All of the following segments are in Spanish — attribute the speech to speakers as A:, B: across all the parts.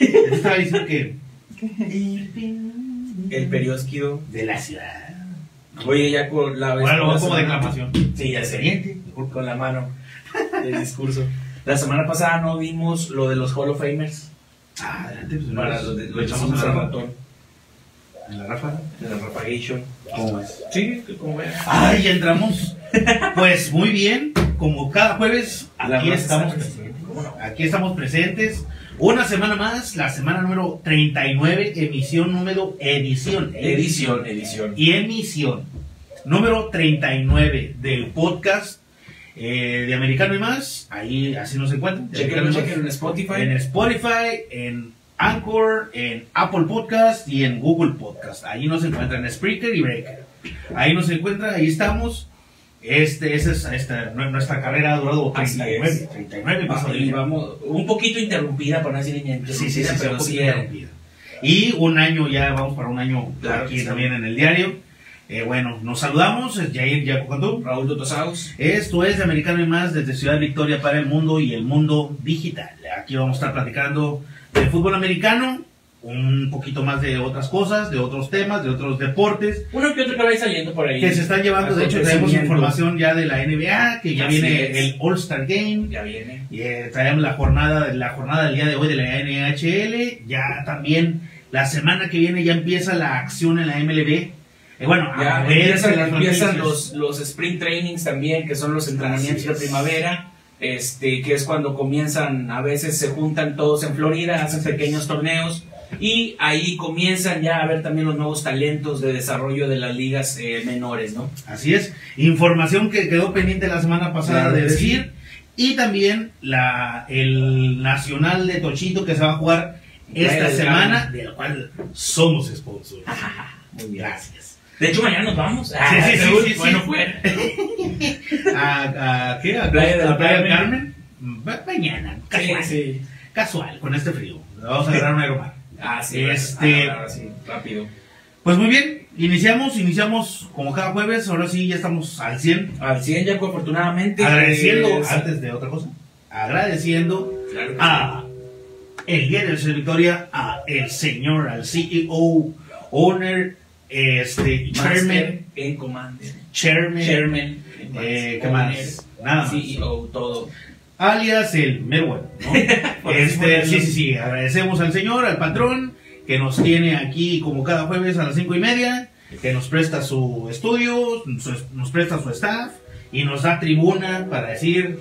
A: Estaba diciendo que.
B: El periósquido.
A: De la ciudad.
B: Oye, ya con la vez.
A: Bueno,
B: la
A: como
B: semana-
A: declamación.
B: Sí, ya sé.
A: Siguiente.
B: Con la mano. El discurso. La semana pasada no vimos lo de los Hall of Famers.
A: Ah, adelante, pues
B: Para
A: lo,
B: lo, de,
A: lo echamos en
B: al
A: la,
B: ratón.
A: en la ráfaga.
B: En la Rapagation.
A: ¿Cómo es?
B: Sí, que como vean.
A: Ay, ya entramos. Pues muy bien, como cada jueves,
B: La
A: aquí
B: raza
A: estamos
B: está
A: presentes. Aquí estamos presentes. Una semana más, la semana número 39, emisión número edición.
B: Edición, edición.
A: y emisión número 39 del podcast eh, de Americano y más. Ahí así nos encuentran. de
B: Chequenlo,
A: Americano y
B: chequenlo en Spotify.
A: Más. En Spotify, en Anchor, en Apple Podcast y en Google Podcast. Ahí nos encuentran Spreaker y Breaker. Ahí nos encuentran, ahí estamos. Este, esa es esta- nue- nuestra carrera ha durado
B: Así
A: 39,
B: es.
A: 39
B: Vamos,
A: episodios
B: Ah, y
A: ya.
B: vamos, un poquito interrumpida, para no decir interrumpida,
A: Sí, sí, sí,
B: pero
A: sí,
B: sí,
A: interrumpida. Y un año ya, vamos para un año
B: Claro
A: aquí
B: que sí.
A: también en el diario. Eh, bueno, nos saludamos, es Jair Yacocandú.
B: Raúl Dotosaus.
A: Esto es de Americano y Más desde Ciudad Victoria para el mundo y el mundo digital. Aquí vamos a estar platicando de fútbol americano, un poquito más de otras cosas, de otros temas, de otros deportes
B: Uno que otro que va a ir saliendo por ahí.
A: que se están llevando. De hecho, traemos
B: Acontecimiento.
A: información ya de la NBA, que ya
B: Así
A: viene
B: es.
A: el All-Star Game.
B: Ya viene.
A: Y, eh, traemos la jornada, la jornada del día de hoy de la NHL. Ya también la semana que viene ya empieza la acción en la MLB. Eh, bueno, a
B: Ya
A: ver
B: empiezan,
A: las
B: empiezan
A: noticias.
B: los, los spring trainings también, que son los entrenamientos
A: Así
B: de
A: es.
B: primavera, este, que es cuando comienzan, a veces se juntan todos en Florida, hacen pequeños torneos y ahí comienzan ya a ver también los nuevos talentos de desarrollo de las ligas eh, menores, ¿no?
A: Así es. Información que quedó pendiente la semana pasada
B: Claro
A: de
B: que sí.
A: decir. Y también la, el Nacional de Tochito que se va a jugar esta
B: Playa del
A: semana,
B: Carmen.
A: de la cual somos sponsors.
B: Muy bien.
A: Gracias.
B: De hecho, mañana nos vamos.
A: Sí, sí, sí,
B: seguro.
A: sí, sí.
B: Bueno, fue.
A: ¿A, a qué? ¿A
B: Playa del
A: a Playa del
B: Carmen.
A: Carmen? Ma- Mañana,
B: Sí,
A: casual,
B: sí.
A: casual, con este frío. Vamos a agarrar un aeromar.
B: Ah, sí.
A: Este-
B: ahora sí, rápido.
A: Pues muy bien, iniciamos, iniciamos como cada jueves, ahora sí ya estamos al 100.
B: Al 100, Jaco, afortunadamente.
A: Agradeciendo,
B: es-
A: antes de otra cosa, agradeciendo
B: Claro que
A: a el día de su victoria, a el señor, al CEO, owner, este,
B: sí.
A: chairman,
B: Master en commander.
A: chairman,
B: Chairman.
A: eh, ¿qué
B: owner, E
A: más? Nada más.
B: Ah, CEO, todo.
A: alias el mero bueno, ¿no?
B: Por así
A: Este,
B: ponerlo.
A: sí, sí, sí, agradecemos al señor, al patrón, que nos tiene aquí como cada jueves a las cinco y media, que nos presta su estudio, su- nos presta su staff y nos da tribuna para decir,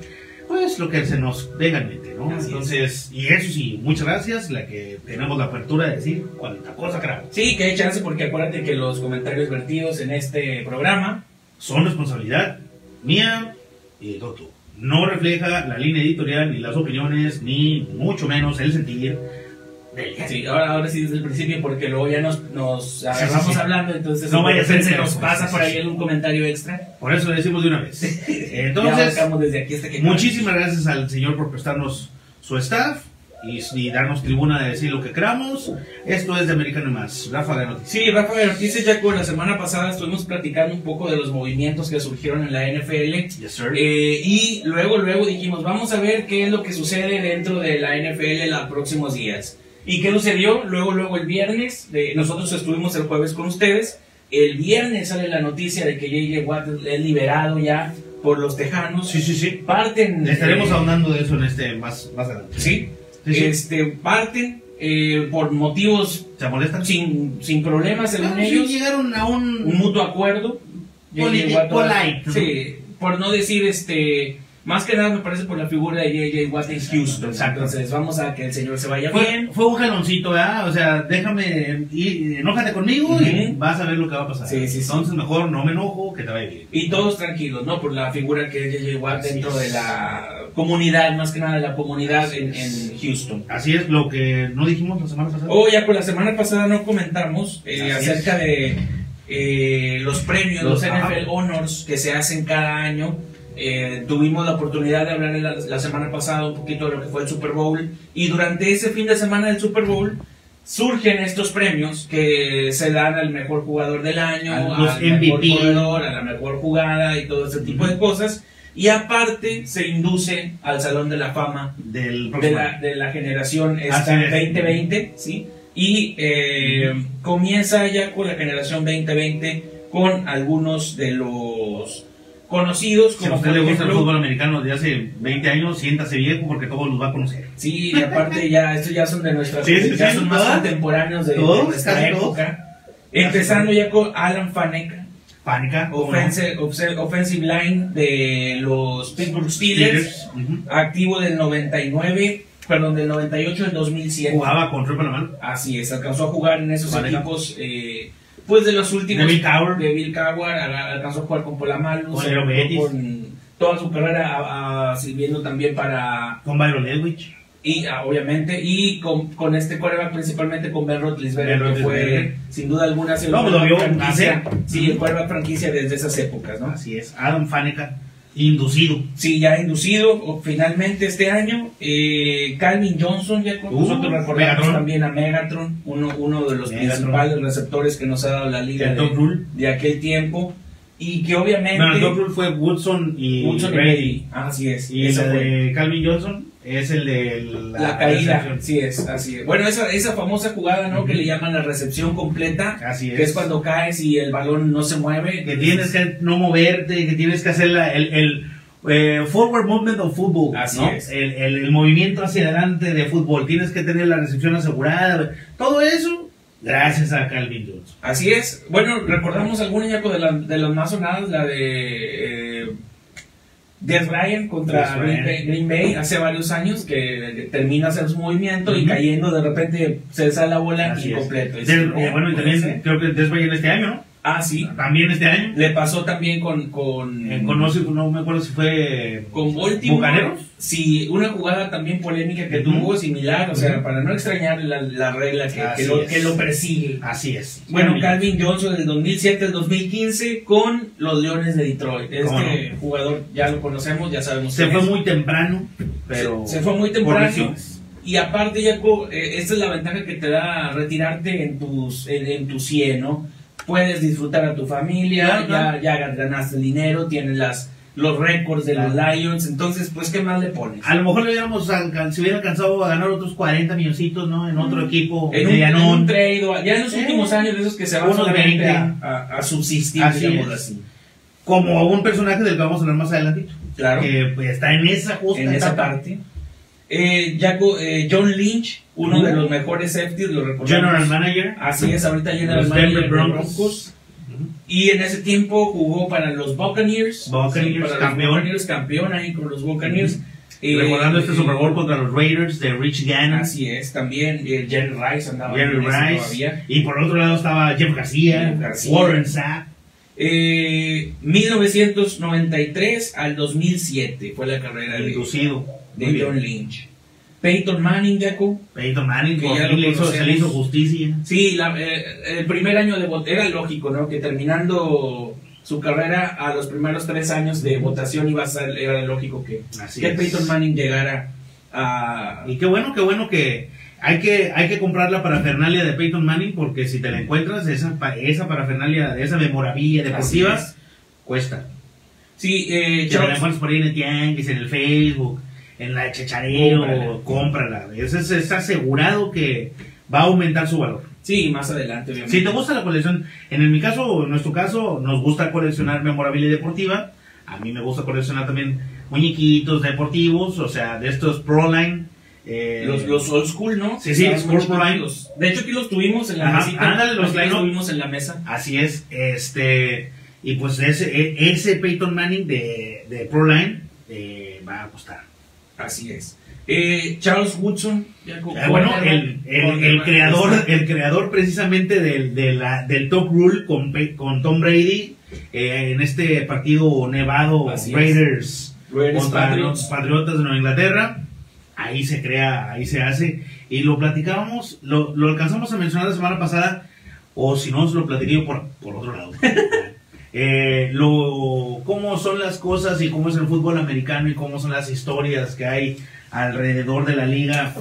A: pues, lo que se nos venga en mente, ¿no?
B: Así es.
A: Entonces, y eso sí, muchas gracias, la que tenemos la apertura de decir cuánta cosa, carajo.
B: Sí, que hay chance porque acuérdate que los comentarios vertidos en este programa
A: Son responsabilidad mía y de Toto. No refleja la línea editorial, ni las opiniones, ni mucho menos el sentir del diario.
B: Sí, ahora, ahora sí desde el principio, porque luego ya nos, nos agarramos
A: sí, sí.
B: hablando, entonces
A: No vaya a ser
B: se
A: que
B: nos
A: nos-
B: pasa
A: sí,
B: por
A: sí,
B: ahí
A: sí.
B: algún comentario extra.
A: Por eso le decimos de una vez.
B: ya
A: Entonces,
B: abarcamos desde aquí hasta que
A: muchísimas gracias al señor por prestarnos su staff y, y darnos tribuna de decir lo que queramos. Esto es de Americano y más. Rafa de Noticias.
B: Sí, Rafa Ortiz ya con la semana pasada estuvimos platicando un poco de los movimientos que surgieron en la NFL
A: Yes, sir.
B: eh, y luego luego dijimos vamos a ver qué es lo que sucede dentro de la NFL los próximos días y qué sucedió luego luego el viernes de- nosotros estuvimos el jueves con ustedes el viernes sale la noticia de que J.J. Watt es liberado ya por los Tejanos
A: sí, sí, sí.
B: parten
A: Le estaremos
B: eh,
A: ahondando de eso en este más, más adelante.
B: sí,
A: Sí, sí.
B: este parten eh, por motivos
A: ¿Se molestan?
B: sin, sin problemas según
A: Bueno, Ah, sí,
B: ellos
A: llegaron a un,
B: un mutuo acuerdo.
A: Politi-
B: J.J. Watt,
A: polite, ¿no?
B: Sí, por no decir este. Más que nada me parece por la figura de J.J. Watt en Houston.
A: Exacto.
B: Entonces vamos a que el señor se vaya
A: Fue,
B: bien.
A: fue un jaloncito, ¿verdad? O sea, déjame ir, enójate conmigo y
B: Ujú.
A: vas a ver lo que va a pasar.
B: Sí, sí, sí.
A: Entonces, mejor no me enojo, que te vaya bien.
B: Y todos tranquilos, ¿no? Por la figura que es J.J. Watt
A: Así
B: dentro
A: es.
B: de la comunidad, más que nada de la comunidad
A: Así
B: en,
A: es.
B: en Houston.
A: Así es lo que no dijimos la semana pasada.
B: Oh, ya pues la semana pasada no comentamos eh,
A: Así es.
B: acerca de eh, los premios, los,
A: Los-
B: NFL
A: ajá.
B: Honors que se hacen cada año. Eh, tuvimos la oportunidad de hablar la, la semana pasada un poquito de lo que fue el Super Bowl y durante ese fin de semana del Super Bowl surgen estos premios que se dan al mejor jugador del año,
A: A los
B: al mejor
A: MVP.
B: corredor, a la mejor jugada y todo ese tipo de cosas. Y aparte se induce al Salón de la Fama
A: Del
B: de
A: próximo
B: la,
A: año.
B: de la generación
A: Así
B: esta
A: es.
B: 2020, ¿sí? Y eh, comienza ya con la generación 2020 con algunos de los conocidos,
A: Si a
B: como
A: usted
B: por
A: le gusta el
B: ejemplo,
A: fútbol americano de hace 20 años, siéntase viejo porque todos los va a conocer.
B: Sí, y aparte ya, estos ya son de nuestras,
A: Sí, sí,
B: ya
A: sí,
B: son más
A: todas.
B: contemporáneos de, de
A: Todos,
B: nuestra
A: casi todos.
B: época. Empezando ya con Alan Faneca,
A: Pánica. ¿cómo no?
B: offensive, obse- offensive line de los Pittsburgh Steelers,
A: Steelers, ujú.
B: activo del 99, perdón, del 98 al 2007.
A: Jugaba con Troy Panamá.
B: Así es, alcanzó a jugar en esos
A: Faneca.
B: equipos, eh, pues de los últimos.
A: De Bill Cowher.
B: De Bill Cowher, al- alcanzó a jugar con Polamalus,
A: Con Jerome Bettis.
B: con toda su carrera a- a- sirviendo también para
A: Con Byron Edwidge.
B: y ah, obviamente, y con, con este quarterback principalmente con Ben Roethlisberger,
A: Ben
B: que fue
A: Roethlisberger.
B: sin duda alguna ha sido
A: No,
B: el
A: pues, lo
B: quarterback
A: vio
B: franquicia.
A: nacer.
B: Sí, el quarterback franquicia desde esas épocas, ¿no?
A: Así es. Adam Faneca, inducido.
B: Sí, ya inducido o- finalmente este año. eh, Calvin Johnson, ya con
A: Uh,
B: nosotros recordamos
A: Megatron.
B: también a Megatron, uno, uno de los
A: Megatron.
B: principales receptores que nos ha dado la liga
A: El Doc
B: de,
A: Rule.
B: de aquel tiempo. Y que obviamente.
A: Bueno, el Doc Rule fue Woodson y
B: Woodson y
A: Brady.
B: Brady. Así es.
A: Y
B: esa
A: el
B: fue.
A: de Calvin Johnson es el de la,
B: La caída,
A: recepción.
B: sí es, así es. Bueno, esa, esa famosa jugada, ¿no?
A: Ujú.
B: Que le llaman la recepción completa,
A: Así es.
B: que es cuando caes y el balón no se mueve.
A: Que tienes que no moverte, que tienes que hacer la- el, el, eh, forward movement of football.
B: Así
A: ¿no?
B: es.
A: El, el- el movimiento hacia adelante de fútbol. Tienes que tener la recepción asegurada. Todo eso gracias a Calvin Johnson.
B: Así es. Bueno, recordamos alguna ya de, la- de las más sonadas, la de eh, Des Bryant
A: Des
B: contra
A: Bryant.
B: Green Bay, Green Bay hace varios años, que termina haciendo su movimiento y
A: Ujú.
B: cayendo de repente se sale la bola
A: Así es.
B: incompleto. Y
A: Del- eh,
B: dices, no,
A: bueno, y
B: puede
A: también
B: ser.
A: creo que Des Bryant este año,
B: Ah, sí.
A: ¿no? También este año.
B: Le pasó también con... con
A: Eh, con- no sé, no me acuerdo si fue
B: Con Baltimore,
A: ¿Bucaneros?
B: sí, una jugada también polémica que
A: Ujú.
B: tuvo similar, o sea,
A: Ujú.
B: para no extrañar la, la regla que,
A: Así
B: que lo,
A: es.
B: que lo persigue.
A: Así es.
B: Bueno, Calvin Johnson del 2007 al 2015 con los Leones de Detroit.
A: ¿Cómo
B: Este jugador ya lo conocemos, ya sabemos.
A: Se
B: quién
A: fue
B: es.
A: muy temprano, pero.
B: Se- se fue muy temprano.
A: correcciones.
B: Y aparte, Jaco, eh, esta es la ventaja que te da retirarte en tus en, en tu 100, ¿no? Puedes disfrutar a tu familia,
A: Claro,
B: ya, ya ganaste el dinero, tienes las, los récords de los Lions, entonces, pues, ¿qué más le pones?
A: A lo mejor le hubiéramos alcan- si hubiera alcanzado a ganar otros 40 milloncitos, ¿no? En otro equipo.
B: Mm. en un, en
A: medianón.
B: un trade o- ya en los
A: Eh,
B: últimos años de esos que se van
A: unos
B: solamente
A: 20.
B: a, a- a subsistir
A: Así
B: digamos
A: es.
B: así
A: como a un personaje del que vamos a hablar más adelantito.
B: claro
A: Que pues, está en esa justa
B: en esa
A: etapa.
B: parte Eh, Jaco, eh, John Lynch uno
A: Ujú.
B: de los mejores safeties lo recordamos
A: General Manager.
B: así es ahorita General
A: Los
B: Manager
A: Denver
B: de
A: Broncos. Ujú.
B: y en ese tiempo jugó para los Buccaneers
A: Buccaneers,
B: para los
A: campeón.
B: Buccaneers, campeón ahí con los Buccaneers Eh,
A: Recordando este
B: eh,
A: Super Bowl contra los Raiders de Rich Gannon.
B: así es también eh, Jerry Rice andaba
A: Jerry
B: Ah, en ese
A: Rice.
B: todavía
A: Y por otro lado estaba Jeff García,
B: Jeff García.
A: Warren Sapp.
B: Eh, 1993 al 2007 fue la carrera de,
A: Inducido.
B: de
A: Muy
B: John
A: bien.
B: Lynch. Peyton Manning, Jaco.
A: Peyton Manning,
B: Que
A: por
B: ya
A: fin
B: lo
A: le hizo, se le hizo
B: conocemos.
A: justicia.
B: Sí, la- eh, el primer año de votación era lógico, ¿no? Que terminando su carrera a los primeros tres años de votación iba a ser, era lógico que,
A: Así
B: que
A: es.
B: Peyton Manning llegara a...
A: Y qué bueno, qué bueno que hay que, hay que comprar la parafernalia de Peyton Manning porque si te la encuentras, esa, pa- esa parafernalia, esa memorabilia deportiva,
B: Así es.
A: cuesta.
B: Sí, eh,
A: Si te la
B: Charles,
A: encuentras por ahí en el Tianguis, en el Facebook, en la chachareo,
B: Cómprala.
A: cómprala. Eso es, es asegurado que va a aumentar su valor.
B: sí, más adelante, obviamente.
A: Si te gusta la colección, en el- mi caso, en nuestro caso, nos gusta coleccionar memorabilia deportiva. A mí me gusta coleccionar también muñequitos deportivos, o sea, de estos Proline. eh,
B: Los, los old school, ¿no?
A: Sí, sí,
B: Estaban muy
A: Sport Prime.
B: chiquitos. De hecho, aquí los tuvimos en la
A: Ajá,
B: mesita.
A: ándale, los
B: Aquí los
A: Lino.
B: tuvimos en la mesa.
A: Así es, este y pues ese, e- ese Peyton Manning de, de ProLine eh, va a costar.
B: Así es. Eh, Charles Woodson, ya con-
A: Eh, bueno,
B: con-
A: el, el,
B: con-
A: el creador, el creador precisamente del, de la- del top rule con, Pe- con Tom Brady eh, en este partido nevado
B: Así es.
A: Raiders
B: Raiders
A: contra
B: Patriots.
A: los Patriotas de Nueva Inglaterra. Ahí se crea, ahí se hace. Y lo platicábamos, lo, lo alcanzamos a mencionar la semana pasada, o si no, os lo platiqué yo por, por otro lado. Eh, lo, cómo son las cosas y cómo es el fútbol americano y cómo son las historias que hay alrededor de la liga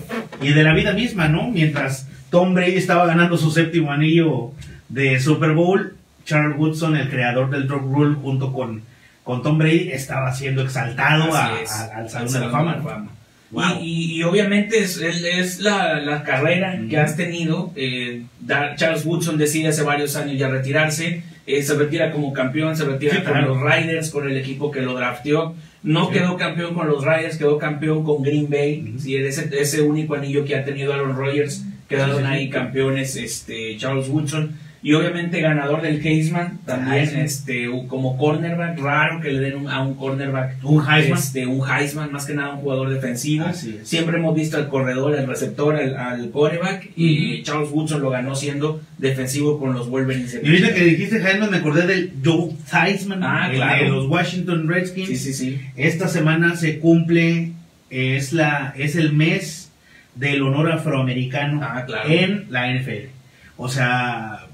A: y de la vida misma, ¿no? Mientras Tom Brady estaba ganando su séptimo anillo de Super Bowl, Charles Woodson, el creador del Drop Rule, junto con con Tom Brady estaba siendo exaltado a-
B: Así es.
A: a- al Salón de la Fama. Wow.
B: Y, y- y obviamente es, el- es la, la carrera que has tenido. Eh, da- Charles Woodson decide hace varios años ya retirarse. Eh, se retira como campeón, se retira
A: Sí,
B: con
A: claro.
B: los Riders, con el equipo que lo drafteó. No
A: Sí.
B: quedó campeón con los Riders, quedó campeón con Green Bay.
A: Ujú.
B: Sí, ese, ese único anillo que ha tenido Aaron Rodgers, quedaron
A: Sí, sí, sí.
B: ahí campeones este, Charles Woodson. Y obviamente ganador del Heisman, también
A: Ah, sí.
B: este, como cornerback, raro que le den un- a un cornerback
A: Un Heisman.
B: este, un Heisman, más que nada un jugador defensivo.
A: Así es.
B: Siempre hemos visto al corredor, al receptor, al, al quarterback. Y Charles Woodson lo ganó siendo defensivo con los Wolverines. de
A: Y ahorita que
B: Pittsburgh.
A: dijiste Heisman, me acordé del Joe Heisman,
B: Ah,
A: el
B: claro.
A: de los Washington Redskins.
B: Sí, sí, sí.
A: Esta semana se cumple, eh, es, la, es el mes del honor afroamericano
B: Ah, claro.
A: en la NFL. O sea,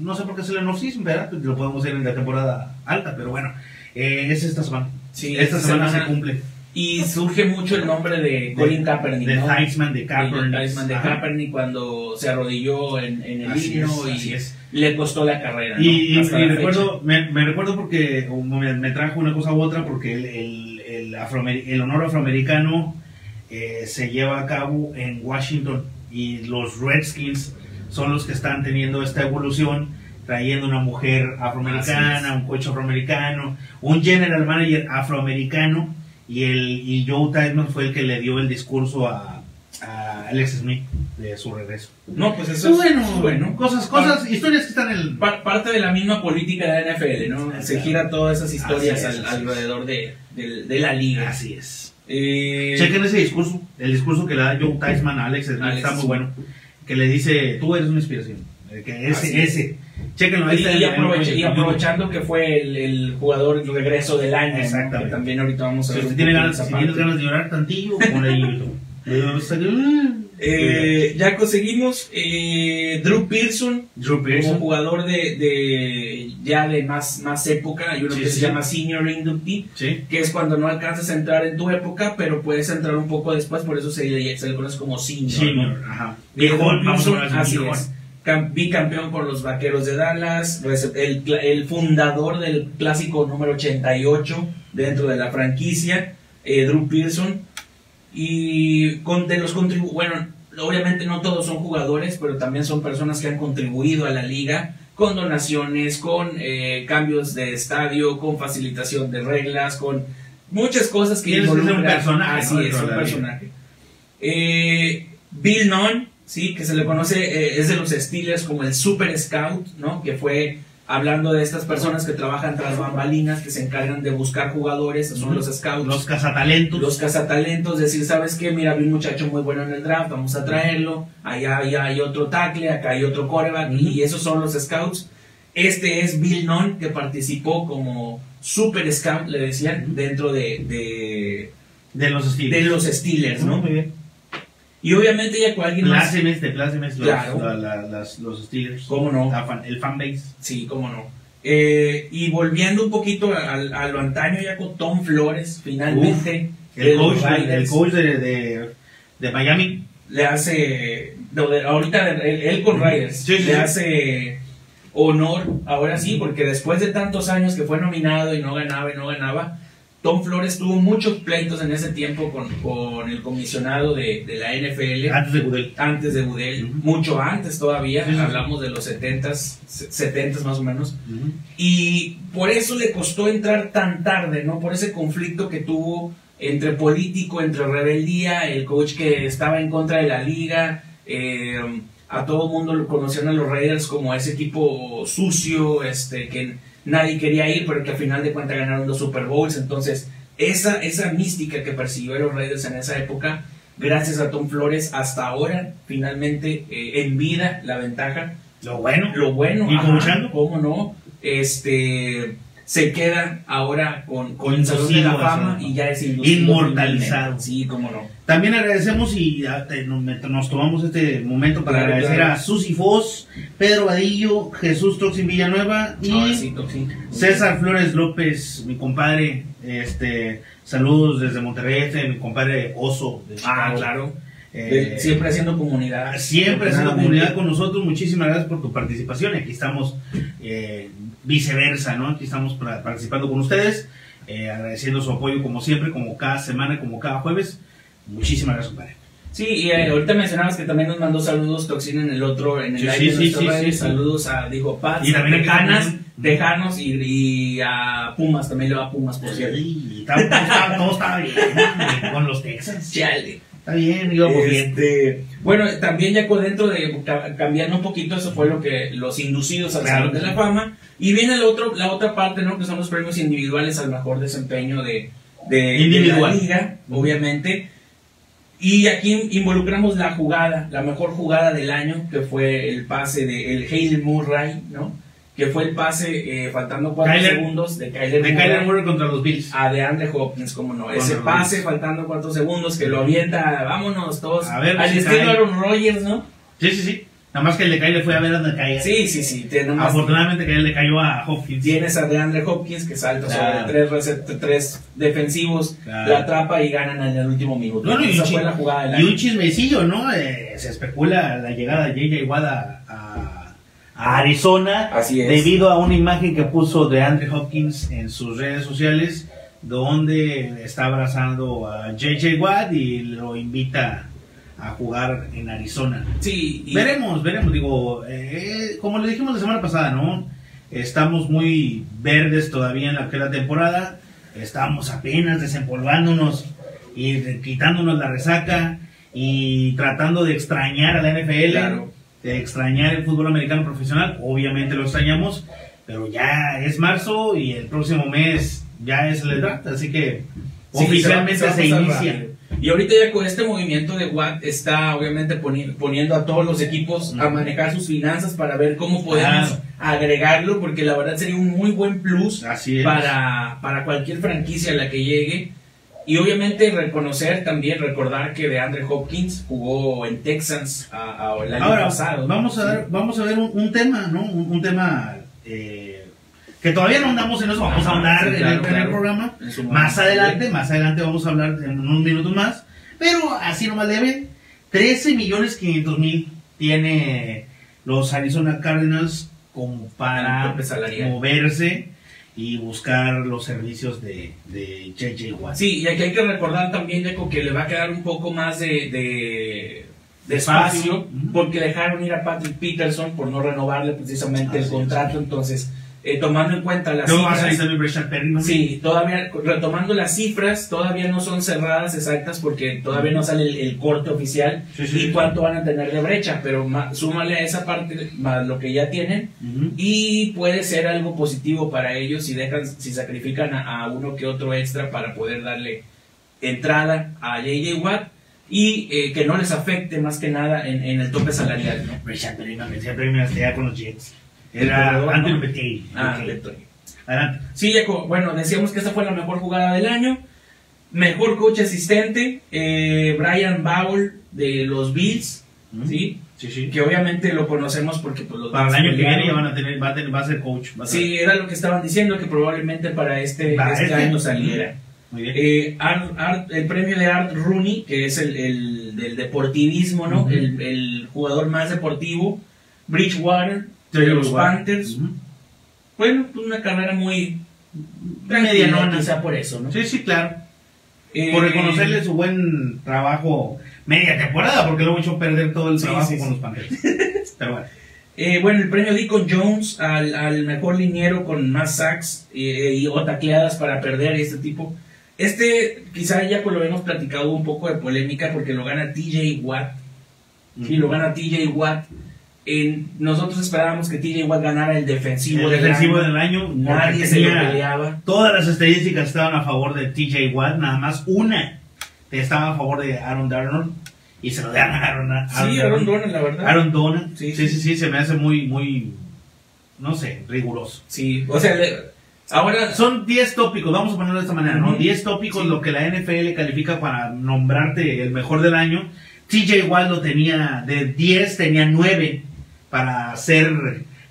A: no sé por qué es el honor season, ¿verdad? Pues Lo podemos hacer en la temporada alta, pero bueno, eh, es esta semana.
B: Sí,
A: esta
B: esta
A: semana,
B: semana
A: se cumple.
B: Y surge mucho el nombre de Colin Kaepernick.
A: De
B: ¿no?
A: Heisman, de Kaepernick.
B: El Heisman de
A: Ajá.
B: Kaepernick cuando se arrodilló en, en el
A: Así
B: himno
A: es,
B: y
A: así es.
B: le costó la carrera. ¿no?
A: Y, y-
B: Hasta
A: y
B: la
A: recuerdo, me, me recuerdo porque o me, me trajo una cosa u otra, porque el, el, el, afroamer- el honor afroamericano eh, se lleva a cabo en Washington y los Redskins son los que están teniendo esta evolución, trayendo una mujer
B: Así
A: afroamericana, un coche afroamericano, un general manager afroamericano y el y Joe Tyson fue el que le dio el discurso a, a Alex Smith de su regreso.
B: fecha. No, pues eso es
A: bueno,
B: bueno. Ah,
A: cosas, cosas, historias que están en el...
B: Par- parte de la misma política de la NFL, ¿no? Se gira todas esas historias
A: Ah, Así es,
B: al-
A: así es.
B: alrededor de, de- de la liga.
A: Así es.
B: Eh,
A: Chequen ese discurso, el discurso que le da Joe Taisman a Alex, Smith,
B: Alex
A: está muy
B: Smith.
A: bueno, que le dice, tú eres una inspiración. Eh, Que
B: Así
A: ese,
B: es.
A: ese. Chequenlo, ahí
B: y,
A: está en-
B: y
A: en-
B: aprovecha- y
A: en-
B: aprovechando que fue el, el jugador regreso del año, ¿no?
A: Exactamente.
B: que también ahorita vamos a
A: Si
B: ver.
A: usted
B: un
A: tiene
B: poco
A: ganas,
B: esa
A: si
B: parte.
A: tienes ganas de llorar tantillo, ponle ahí YouTube. Luego salió, mm,
B: Eh, ya conseguimos eh, Drew Pearson
A: Drew
B: como
A: Pearson.
B: jugador de, de- ya de más, más época, hay uno
A: Sí,
B: que
A: sí.
B: se llama Senior Inductee,
A: Sí.
B: que es cuando no alcanzas a entrar en tu época, pero puedes entrar un poco después, por eso se le, se le conoce como senior. ¿no?
A: Junior, ajá.
B: Viejo,
A: Viejón, vamos a hablar de
B: así
A: viejón.
B: es. Cam- bicampeón con los Vaqueros de Dallas, recep- el, cla- el fundador del clásico número 88 dentro de la franquicia, eh, Drew Pearson. Y con, de los contribu- bueno, obviamente no todos son jugadores, pero también son personas que han contribuido a la liga con donaciones, con eh, cambios de estadio, con facilitación de reglas, con muchas cosas que
A: Tienes que ser un
B: involucran-
A: personaje,
B: Así
A: ¿no?
B: es,
A: dentro de
B: un
A: la liga.
B: personaje. Eh, Bill Non, sí, que se le conoce, eh, es de los Steelers como el Super Scout, ¿no? Que fue hablando de estas personas que trabajan tras bambalinas, que se encargan de buscar jugadores, son los scouts,
A: Los
B: los,
A: cazatalentos.
B: cazatalentos, decir, ¿sabes qué? Mira, vi un muchacho muy bueno en el draft, vamos a traerlo, allá, allá hay otro tackle, acá hay otro coreback,
A: Ujú.
B: y esos son los scouts. Este es Bill Non, que participó como Super Scout, le decían,
A: Ujú.
B: dentro de, de,
A: de los
B: de
A: estilos.
B: los Steelers, ¿no?
A: Muy bien.
B: Y obviamente ya con alguien más.
A: Plácemes, te plácemes los,
B: Claro.
A: la- la- las- los Steelers.
B: ¿Cómo no?
A: La fan- el fanbase.
B: Sí, cómo no. Eh, y volviendo un poquito a, a- a lo antaño, ya con Tom Flores, finalmente. de
A: El
B: los
A: coach, del- el
B: Riders,
A: coach de, de, de Miami.
B: Le hace. no, de- ahorita él, él con Riders.
A: Sí, sí,
B: le
A: sí.
B: hace honor, ahora sí, porque después de tantos años que fue nominado y no ganaba y no ganaba. Tom Flores tuvo muchos pleitos en ese tiempo con, con el comisionado de, de la NFL.
A: Antes de Goodell.
B: antes de Budel,
A: Ujú.
B: mucho antes todavía,
A: Sí, sí, sí.
B: hablamos de los 70s, se- 70s más o menos, y por eso le costó entrar tan tarde, ¿no? Por ese conflicto que tuvo entre político, entre rebeldía, el coach que estaba en contra de la liga, eh, a todo mundo lo conocían a los Raiders como ese equipo sucio, este, que nadie quería ir, pero que al final de cuentas ganaron dos Super Bowls, entonces esa, esa mística que persiguió a los Raiders en esa época gracias a Tom Flores hasta ahora, finalmente eh, en vida la ventaja.
A: Lo bueno.
B: Lo bueno,
A: ¿Y
B: ajá,
A: coachando?
B: ¿cómo no? Este se queda ahora con, con el Salón de
A: Inducido
B: la
A: al Salón
B: Fama
A: de la
B: y ya es inducido
A: Inmortalizado.
B: finalmente. Sí, cómo no.
A: También agradecemos y ah, te- no- me- nos tomamos este momento para
B: Claro,
A: agradecer
B: claro.
A: a Susi Foz, Pedro Vadillo, Jesús Toxin Villanueva y
B: Ahora sí, Toxi.
A: César Flores López, mi compadre. Este, saludos desde Monterrey, este, mi compadre Oso. de
B: Ah,
A: Chicago.
B: claro.
A: Eh,
B: De- siempre haciendo comunidad.
A: Siempre haciendo
B: Afortunadamente.
A: comunidad con nosotros, muchísimas gracias por tu participación. y Aquí estamos eh, viceversa, ¿no? Aquí estamos pra- participando con ustedes. eh, agradeciendo su apoyo como siempre, como cada semana, como cada jueves. Muchísimas gracias, compadre.
B: Sí, y eh, ahorita mencionabas que también nos mandó saludos Toxina en el otro, en el
A: Sí,
B: live
A: sí,
B: de
A: sí,
B: nuestro
A: sí,
B: radio.
A: sí.
B: Saludos a, digo, Paz,
A: Y también a
B: Tejanos,
A: Canes.
B: Tejanos y, y a Pumas, también le va a Pumas, por cierto.
A: Y está- todo está- todo está bien con los Texans.
B: Chale.
A: Está bien, íbamos bien.
B: Este, bueno, también ya con- dentro de ca- cambiando un poquito, eso fue lo que los inducidos al
A: Claro.
B: Salón de la Fama. Y viene el otro, la otra parte, ¿no? Que son los premios individuales al mejor desempeño de, de- de
A: Individual.
B: la liga, obviamente. Y aquí involucramos la jugada, la mejor jugada del año, que fue el pase de el Hail Murray, ¿no? Que fue el pase, eh, faltando cuatro
A: Kyler-
B: segundos, de Kyler
A: De
B: Murray
A: Kyler Murray contra los Bills.
B: a DeAndre Hopkins, como no.
A: Contra
B: Ese
A: los
B: pase
A: Bills.
B: faltando cuatro segundos que lo avienta, vámonos todos.
A: A ver,
B: al
A: si
B: estilo
A: cae.
B: Aaron Rodgers, ¿no?
A: Sí, sí, sí. Nada más que el de Kyler fue a ver a donde caía.
B: Sí, sí, sí. te- nomás
A: Afortunadamente que él le cayó a Hopkins.
B: tienes a DeAndre Hopkins que salta
A: Claro.
B: sobre tres, recept- tres defensivos,
A: Claro.
B: la atrapa y ganan en el último minuto.
A: Bueno, y un
B: Esa
A: chi-
B: fue la jugada del
A: Y
B: año.
A: un chismecillo, ¿no? Eh, se especula la llegada de J.J. Watt a, a- a Arizona
B: Así es.
A: debido a una imagen que puso de Andre Hopkins en sus redes sociales donde está abrazando a J.J. Watt y lo invita a jugar en Arizona.
B: Sí, y-
A: Veremos, veremos, digo, eh, como le dijimos la semana pasada, ¿no? Estamos muy verdes todavía en la que la temporada, estamos apenas desempolvándonos y de- quitándonos la resaca y tratando de extrañar a la NFL,
B: Claro.
A: de extrañar el fútbol americano profesional, obviamente lo extrañamos, pero ya es marzo y el próximo mes ya es el draft, así que
B: Sí,
A: oficialmente
B: va-
A: se,
B: va a pasar
A: inicia.
B: rápido. Y ahorita ya con este movimiento de Watt está obviamente poni- poniendo a todos los equipos a
A: Ujú.
B: manejar sus finanzas para ver cómo podemos agregarlo, porque la verdad sería un muy buen plus
A: Así es.
B: para, para cualquier franquicia a la que llegue. Y obviamente reconocer también, recordar que DeAndre Hopkins jugó en Texans a, a- el año
A: Ahora,
B: pasado. ¿no?
A: vamos, a dar, vamos a ver un, un tema, ¿no? Un, un tema eh, que todavía no andamos en eso, vamos a
B: Ajá,
A: andar
B: sí,
A: en
B: claro,
A: el primer
B: claro.
A: programa.
B: En su
A: Más
B: momento.
A: adelante, más adelante vamos a hablar en unos minutos más. Pero así nomás deben, 13 millones 500 mil tiene los Arizona Cardinals como
B: El
A: para
B: tope salarial.
A: moverse y buscar los servicios de, de JJ Watt.
B: Sí, y aquí hay que recordar también, Deco, que le va a quedar un poco más de, de, de espacio,
A: Espacio. Ujú.
B: porque dejaron ir a Patrick Peterson por no renovarle precisamente el
A: Así
B: contrato. Entonces, eh, tomando en cuenta las
A: Luego va a salir
B: cifras.
A: también Breshad Perryman.
B: Sí, todavía, retomando las cifras, todavía no son cerradas exactas porque todavía no sale el, el corte oficial
A: Sí, sí,
B: y
A: sí.
B: cuánto van a tener de brecha, pero ma- súmale a esa parte más lo que ya tienen
A: Ujú.
B: y puede ser algo positivo para ellos si dejan, si sacrifican a, a uno que otro extra para poder darle entrada a JJ Watt y eh, que no les afecte más que nada en, en el tope salarial, ¿no?
A: Richard Perryman, Richard Perryman se queda con los Jets.
B: El
A: Era
B: corredor,
A: Anthony
B: ¿no?
A: Petty.
B: Ah,
A: Ok.
B: Beto.
A: Adelante.
B: Sí, Jaco, bueno, decíamos que esta fue la mejor jugada del año. Mejor coach asistente, eh, Brian Bowell de los Bills, ¿sí?
A: Sí, sí.
B: que obviamente lo conocemos porque pues, los
A: Para el
B: Bills
A: año que viene
B: pelearon.
A: ya van a tener, va a, tener, va a ser coach. Va a ser-
B: Sí, era lo que estaban diciendo, que probablemente para este,
A: Para
B: este
A: este.
B: año saliera.
A: Muy bien.
B: Eh, Art- Art- el premio de Art Rooney, que es el, el del deportivismo, ¿no?
A: Ujú.
B: el, el jugador más deportivo. Bridgewater, de
A: Taylor
B: los
A: Watt.
B: Panthers.
A: Ujú.
B: Bueno, pues una carrera muy
A: Medianona.
B: quizá por eso, ¿no?
A: Sí, sí, claro.
B: Eh,
A: Por reconocerle su buen trabajo media temporada, porque luego echó a perder todo el
B: Sí,
A: trabajo
B: sí,
A: con
B: sí.
A: los Panthers. Pero bueno.
B: eh, bueno, el premio Deacon Jones al, al mejor liniero con más sacks eh, y, o tacleadas para perder y este tipo. Este, quizá ya pues, lo hemos platicado un poco de polémica porque lo gana TJ Watt. Sí, lo gana TJ Watt. En- nosotros esperábamos que TJ Watt ganara el defensivo
A: El
B: del
A: defensivo
B: año.
A: del año.
B: Nadie
A: porque
B: se lo
A: tenía-
B: peleaba.
A: Todas las estadísticas estaban a favor de TJ Watt, nada más una estaba a favor de Aaron Darnold y se lo dan a Aaron, a
B: Sí, Aaron Donald, la verdad.
A: Aaron Donald.
B: Sí,
A: Sí
B: sí.
A: sí. sí, se me hace muy, muy, no sé, riguroso.
B: Sí, o sea, le- ahora
A: Son 10 tópicos, vamos a ponerlo de esta manera, ¿no?
B: Ujú.
A: 10 tópicos
B: Sí.
A: lo que la NFL califica para nombrarte el mejor del año. TJ Watt lo tenía, de 10 tenía 9 para ser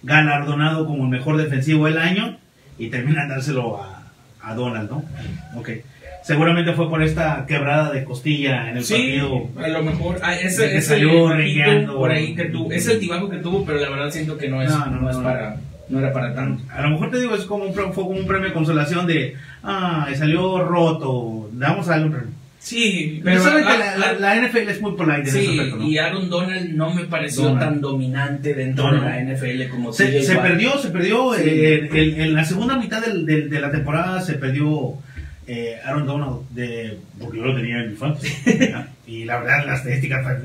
A: galardonado como el mejor defensivo del año y terminan dárselo a, a Donald, ¿no? Ok. Seguramente fue por esta quebrada de costilla en el
B: sí,
A: partido.
B: a lo mejor ah,
A: De
B: ese
A: que
B: ese
A: salió
B: altibajito
A: rengueando.
B: por ahí que tuvo, ese altibajo que tuvo, pero la verdad siento que no es no, es para no era para tanto.
A: A lo mejor te digo, es como un, pre- fue como un premio de consolación de, ay, salió roto, damos algo. Pero,
B: Sí,
A: pero
B: pero
A: saben
B: ah,
A: que la, la-
B: ah,
A: la NFL es muy polite en ese
B: sí,
A: aspecto, ¿no?
B: y Aaron Donald no me pareció
A: Donald.
B: tan dominante dentro
A: Donald.
B: de la NFL como
A: Se,
B: TJ
A: se
B: Watt.
A: perdió, se perdió.
B: Sí.
A: eh, en- en- en la segunda mitad del- del- de la temporada se perdió eh, Aaron Donald, de, porque yo lo tenía en mi fantasy. ¿verdad? y la verdad, las estadísticas. fue-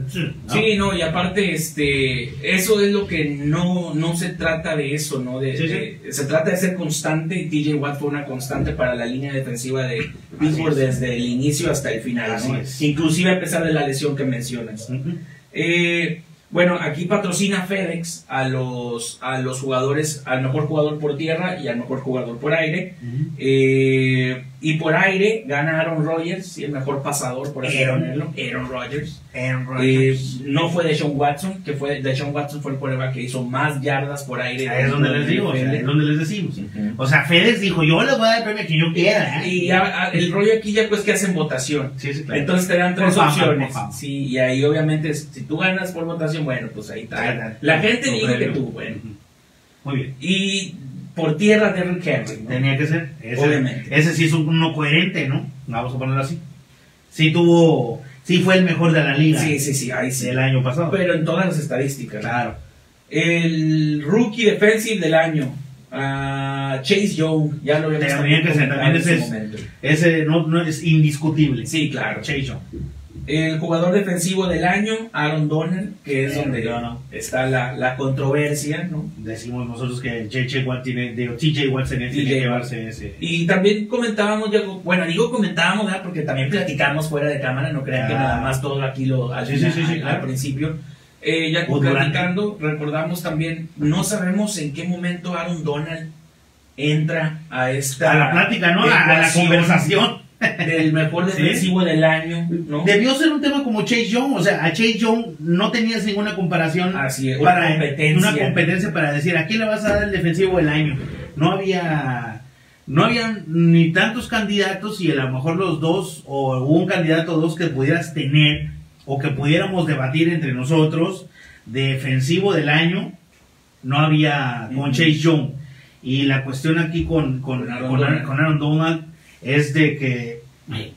A: ¿no?
B: Sí, no, y aparte, este, eso es lo que no, no se trata de eso, ¿no? De,
A: Sí,
B: de- se trata de ser constante y TJ Watt fue una constante para la línea defensiva de Pittsburgh
A: Así es.
B: desde el inicio hasta el final,
A: Así
B: ¿no?
A: es.
B: Inclusive a pesar de la lesión que mencionas.
A: Ujú.
B: Eh, bueno, aquí patrocina FedEx a los, a los jugadores, al mejor jugador por tierra y al mejor jugador por aire.
A: Ujú.
B: Eh, y por aire gana Aaron Rodgers, y el mejor pasador, por así
A: Aaron.
B: ponerlo, Aaron Rodgers.
A: Aaron
B: Eh,
A: Rodgers.
B: no fue Deshaun Watson, que fue Deshaun Watson fue el quarterback que hizo más yardas por aire.
A: Ahí es donde les digo, o sea, es donde les decimos. O sea, Fedes dijo, yo les voy a dar el premio que yo quiera. ¿eh?
B: Y ya, ah, el rollo aquí ya pues que hacen votación.
A: Sí, sí, claro.
B: Entonces te dan
A: Por
B: tres
A: fama,
B: opciones.
A: por fama.
B: Sí, y ahí obviamente si tú ganas por votación, bueno, pues ahí
A: Ahí
B: está.
A: está.
B: La gente
A: Tu
B: dijo que
A: premio.
B: tú, bueno.
A: Ujú. Muy bien.
B: Y por tierra Derrick Henry. ¿no?
A: Tenía que ser. Ese,
B: Obviamente.
A: ese sí es un- uno coherente, ¿no? Vamos a ponerlo así. Sí tuvo, sí fue el mejor de la liga
B: Sí, sí, sí, ahí sí.
A: del año pasado.
B: Pero en todas las estadísticas. ¿no?
A: claro.
B: El rookie defensive del año. ah, Chase Young, ya lo habíamos
A: También que se-
B: comentado
A: también ese
B: su
A: es-
B: momento.
A: Ese no, no es indiscutible.
B: Sí, claro.
A: Chase Young.
B: El jugador defensivo del año, Aaron Donald, que es
A: Aaron
B: donde
A: Donald.
B: está la, la controversia, ¿no?
A: Decimos nosotros que J.J. Watt tiene, digo, TJ Watt tiene tiene
B: TJ
A: que llevarse ese.
B: Y también comentábamos, ya- bueno, digo comentábamos, ¿verdad? Porque también platicamos fuera de cámara, no crean que
A: Ah.
B: nada más todo aquí lo al,
A: Sí, sí, sí, sí,
B: al-
A: claro.
B: al principio. Eh, ya
A: O durante.
B: platicando, recordamos también, no sabemos en qué momento Aaron Donald entra a esta
A: A la plática, ¿no? A, a la
B: ecuación
A: conversación.
B: del mejor
A: Sí.
B: defensivo del año, ¿no?
A: Debió ser un tema como Chase Young. O sea, a Chase Young no tenías ninguna comparación
B: Así es, una
A: para
B: competencia.
A: una competencia para decir a quién le vas a dar el defensivo del año. No había no había ni tantos candidatos y a lo mejor los dos o un candidato o dos que pudieras tener o que pudiéramos debatir entre nosotros defensivo del año no había con
B: Ujú.
A: Chase Young y la cuestión aquí con con,
B: Con Aaron
A: con Aaron,
B: Donald.
A: con Aaron Donald es de que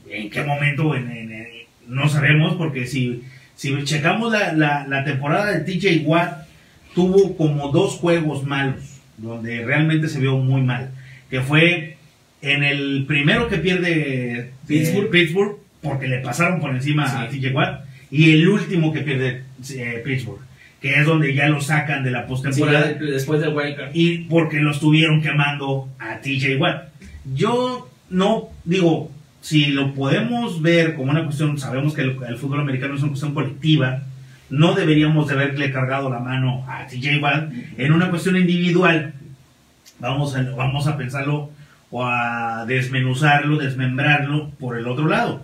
A: en qué momento en- en- en- no sabemos porque si si checamos la, la, la temporada de TJ Watt, tuvo como dos juegos malos, donde realmente se vio muy mal. Que fue en el primero que pierde eh,
B: Pittsburgh.
A: Pittsburgh, porque le pasaron por encima
B: Sí.
A: a TJ Watt, y el último que pierde eh, Pittsburgh, que es donde ya lo sacan de la
B: Sí,
A: postemporada
B: ya de- después del wild card.
A: y porque lo estuvieron quemando a TJ Watt. Yo no digo, si lo podemos ver como una cuestión, sabemos que el, el fútbol americano es una cuestión colectiva, no deberíamos de haberle cargado la mano a TJ Watt en una cuestión individual. Vamos a, vamos a pensarlo o a desmenuzarlo, desmembrarlo por el otro lado.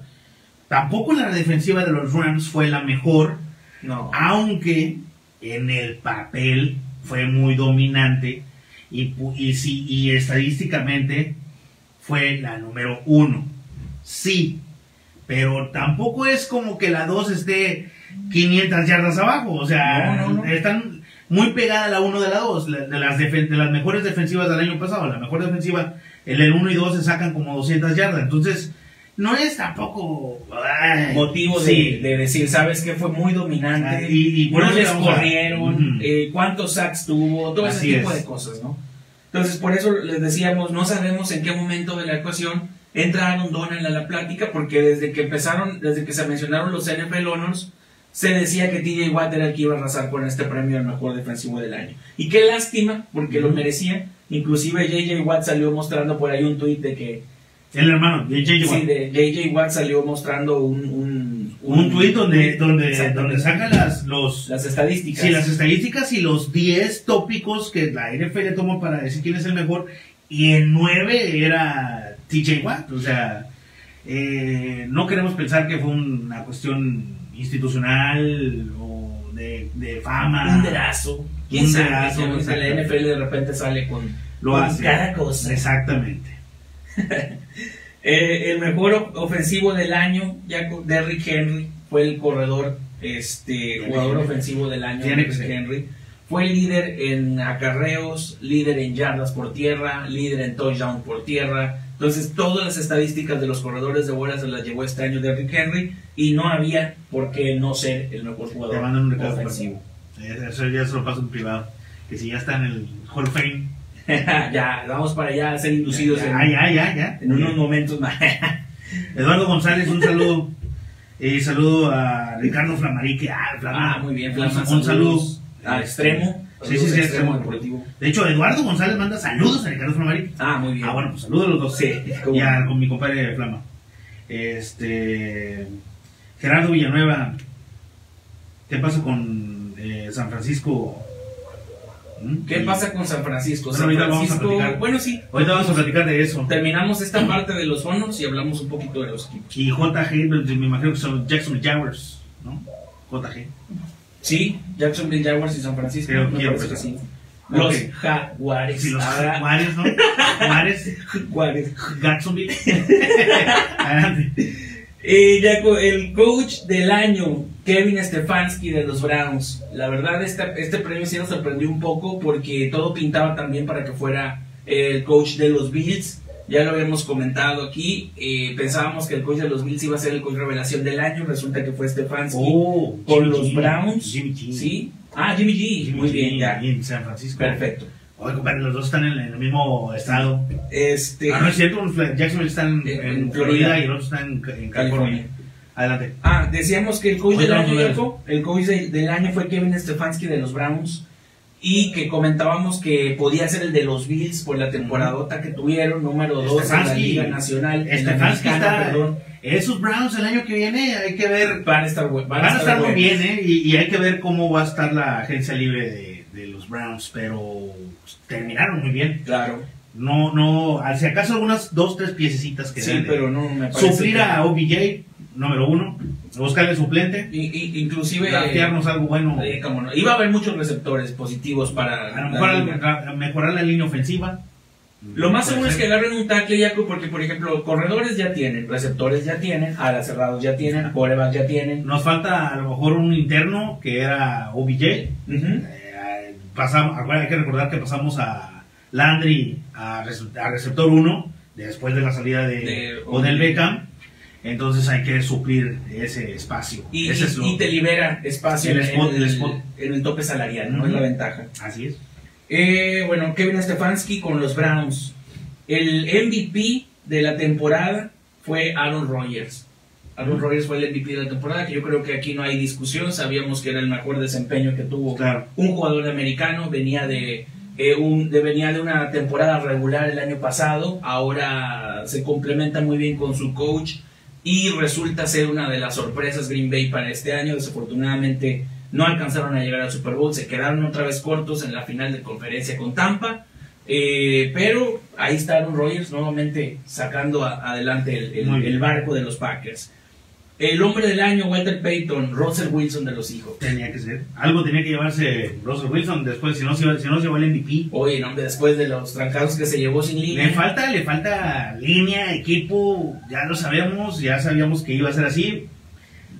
A: Tampoco la defensiva de los Rams fue la mejor,
B: No.
A: aunque en el papel fue muy dominante y, pu- y, sí- y estadísticamente fue la número uno. Sí, pero tampoco es como que la dos esté 500 yardas abajo, o sea,
B: No, no, no.
A: están muy pegada la uno de la dos, la- de las, defen- de las mejores defensivas del año pasado, la mejor defensiva, el del 1 y 2 se sacan como 200 yardas, entonces no es tampoco... ay,
B: motivo de-
A: sí.
B: de, decir, sabes que fue muy dominante,
A: Ah, y- y por
B: no
A: eso
B: les
A: vamos a-
B: corrieron,
A: Ujú.
B: eh, cuántos sacks tuvo, todo
A: Así
B: ese tipo
A: es.
B: de cosas, ¿no? Entonces, por eso les decíamos, no sabemos en qué momento de la ecuación entra Aaron Donald a la plática, porque desde que empezaron, desde que se mencionaron los NFL Honors, se decía que TJ Watt era el que iba a arrasar con este premio al mejor defensivo del año. Y qué lástima, porque lo
A: Ujú.
B: merecía. Inclusive JJ Watt salió mostrando por ahí un tuit de que
A: El hermano, de J.J. Watt.
B: Sí, de JJ Watt salió mostrando un... Un,
A: un tweet donde, donde,
B: Exactamente.
A: donde saca las, los,
B: Las estadísticas.
A: sí, las estadísticas y los 10 tópicos que la NFL tomó para decir quién es el mejor. Y en 9 era TJ Watt. O sea, eh, no queremos pensar que fue una cuestión institucional o de, de fama.
B: Un dedazo. ¿Quién
A: Un
B: sabe?
A: dedazo,
B: Ya ves que la
A: exacto.
B: NFL de repente sale con,
A: Lo
B: con
A: hace.
B: cada cosa.
A: Exactamente.
B: Eh, el mejor o- ofensivo del año, ya con Derrick Henry, fue el corredor, este
A: Derrick
B: jugador
A: Henry.
B: ofensivo del año,
A: Tiene que
B: Derrick
A: ser.
B: Henry. Fue líder en acarreos, líder en yardas por tierra, líder en touchdown por tierra. Entonces, todas las estadísticas de los corredores de bolas se las llevó este año Derrick Henry y no había por qué no ser el mejor
A: Te
B: jugador
A: mandan un recado Eh,
B: ofensivo.
A: Eso ya se lo paso en privado. Que si ya está en el Hall of Fame.
B: ya, vamos para allá a ser inducidos
A: ya,
B: en,
A: ya, ya, ya. Eh,
B: en unos momentos más.
A: Eduardo González, un saludo. Eh, saludo a Ricardo Flamarique. Ah, Flama.
B: ah, muy bien,
A: Un-
B: Flama.
A: Un, saludo.
B: a extremo.
A: Sí, sí, sí,
B: Saludos a extremo
A: extremo.
B: deportivo.
A: De hecho, Eduardo González manda saludos a Ricardo Flamarique.
B: Ah, muy bien.
A: Ah, bueno, pues saludos a los dos.
B: Sí, cómo
A: Y a-
B: no.
A: con mi compadre Flama. Este. Gerardo Villanueva. ¿Qué pasa con eh, San Francisco? ¿Mm?
B: ¿Qué pasa con San Francisco?
A: Bueno,
B: San
A: ahorita vamos a
B: Francisco,
A: platicar.
B: bueno, sí.
A: Ahorita vamos a platicar de eso.
B: Terminamos esta parte de los bonos y hablamos un poquito de los equipos.
A: Y JG, me imagino que son Jackson Jaguars, ¿no? JG.
B: Sí, Jacksonville Jaguars y San Francisco.
A: Creo
B: me
A: que
B: parece
A: yo,
B: que sí.
A: pero-
B: Los
A: Ok.
B: Jaguares.
A: Si los
B: Ahora,
A: Juárez, ¿no? Juárez,
B: Jaguares.
A: Jacksonville. Adelante.
B: Eh, ya co- el coach del año, Kevin Stefanski de los Browns. La verdad, este, este premio sí nos sorprendió un poco porque todo pintaba también para que fuera eh, el coach de los Bills. Ya lo habíamos comentado aquí. eh, pensábamos que el coach de los Bills iba a ser el coach revelación del año. Resulta que fue Stefanski.
A: Oh,
B: Con
A: Jimmy
B: los
A: G,
B: Browns,
A: Jimmy G.
B: ¿Sí? Ah, Jimmy G.
A: Jimmy
B: Muy
A: G,
B: bien, ya.
A: y en San Francisco.
B: Perfecto.
A: Oye, compadre, los dos están en el mismo estado.
B: Este,
A: Ah, no es cierto, los Jacksonville están en,
B: En- en
A: Florida
B: Florida.
A: y el otro está en, en California.
B: California.
A: Adelante.
B: Ah, decíamos que el coach
A: Oye,
B: del año,
A: vamos a ver.
B: Jaco, el coach de- del año fue Kevin Stefanski de los Browns y que comentábamos que podía ser el de los Bills por la temporadota que tuvieron, número 2 en la
A: Stefanski.
B: Liga Nacional, en la
A: Stefanski
B: Mexicana,
A: Este, está-
B: perdón.
A: Esos Browns el año que viene hay que ver.
B: Van a estar, bu-
A: Van a estar muy
B: buenos.
A: bien, ¿eh? Y, y hay que ver cómo va a estar la agencia libre de, de los Browns, pero terminaron muy bien.
B: Claro,
A: No, no, al- si acaso algunas dos, tres piececitas que
B: sí,
A: dan de-
B: pero no me parece.
A: Suplir
B: que-
A: a OBJ, número uno, buscarle suplente,
B: I- i- inclusive.
A: draftearnos algo bueno,
B: eh, cómo no, Iba a haber muchos receptores positivos para.
A: a lo
B: la Mm,
A: mejor
B: liga.
A: al- a- a mejorar la línea ofensiva.
B: Lo más
A: Puede
B: seguro es
A: ser.
B: que agarren un tackle, Jaco, porque, por ejemplo, corredores ya tienen, receptores ya tienen, alas cerrados ya tienen, corebacks ya tienen.
A: Nos falta a lo mejor un interno que era OBJ.
B: Ujú.
A: Eh, pasamos, ahora hay que recordar que pasamos a Landry a, rece- a receptor 1 después de la salida de,
B: De-
A: Odell Beckham. Entonces hay que suplir ese espacio.
B: Y,
A: ese
B: y-
A: slot.
B: y te libera espacio
A: El
B: en
A: spot,
B: en
A: el spot.
B: en el tope salarial, ¿no?
A: Ujú.
B: Es la ventaja.
A: Así es.
B: Eh, bueno, Kevin Stefanski con los Browns. El MVP de la temporada fue Aaron Rodgers. Aaron Rodgers fue el MVP de la temporada, que yo creo que aquí no hay discusión. Sabíamos que era el mejor desempeño que tuvo
A: Claro.
B: un jugador americano venía de, eh, un, de- venía de una temporada regular el año pasado, ahora se complementa muy bien con su coach y resulta ser una de las sorpresas Green Bay para este año. Desafortunadamente no alcanzaron a llegar al Super Bowl, se quedaron otra vez cortos en la final de conferencia con Tampa. eh, pero ahí está Aaron Rodgers nuevamente sacando a- adelante el- el-
A: Muy bien.
B: el barco de los Packers. El hombre del año, Walter Payton, Russell Wilson de los hijos.
A: Tenía que ser. Algo tenía que llevarse Russell Wilson después, si no se, iba- si no se llevó el MVP.
B: Oye, no, hombre, después de los trancados que se llevó sin línea.
A: Le falta, le falta línea, equipo, ya lo sabíamos, ya sabíamos que iba a ser así.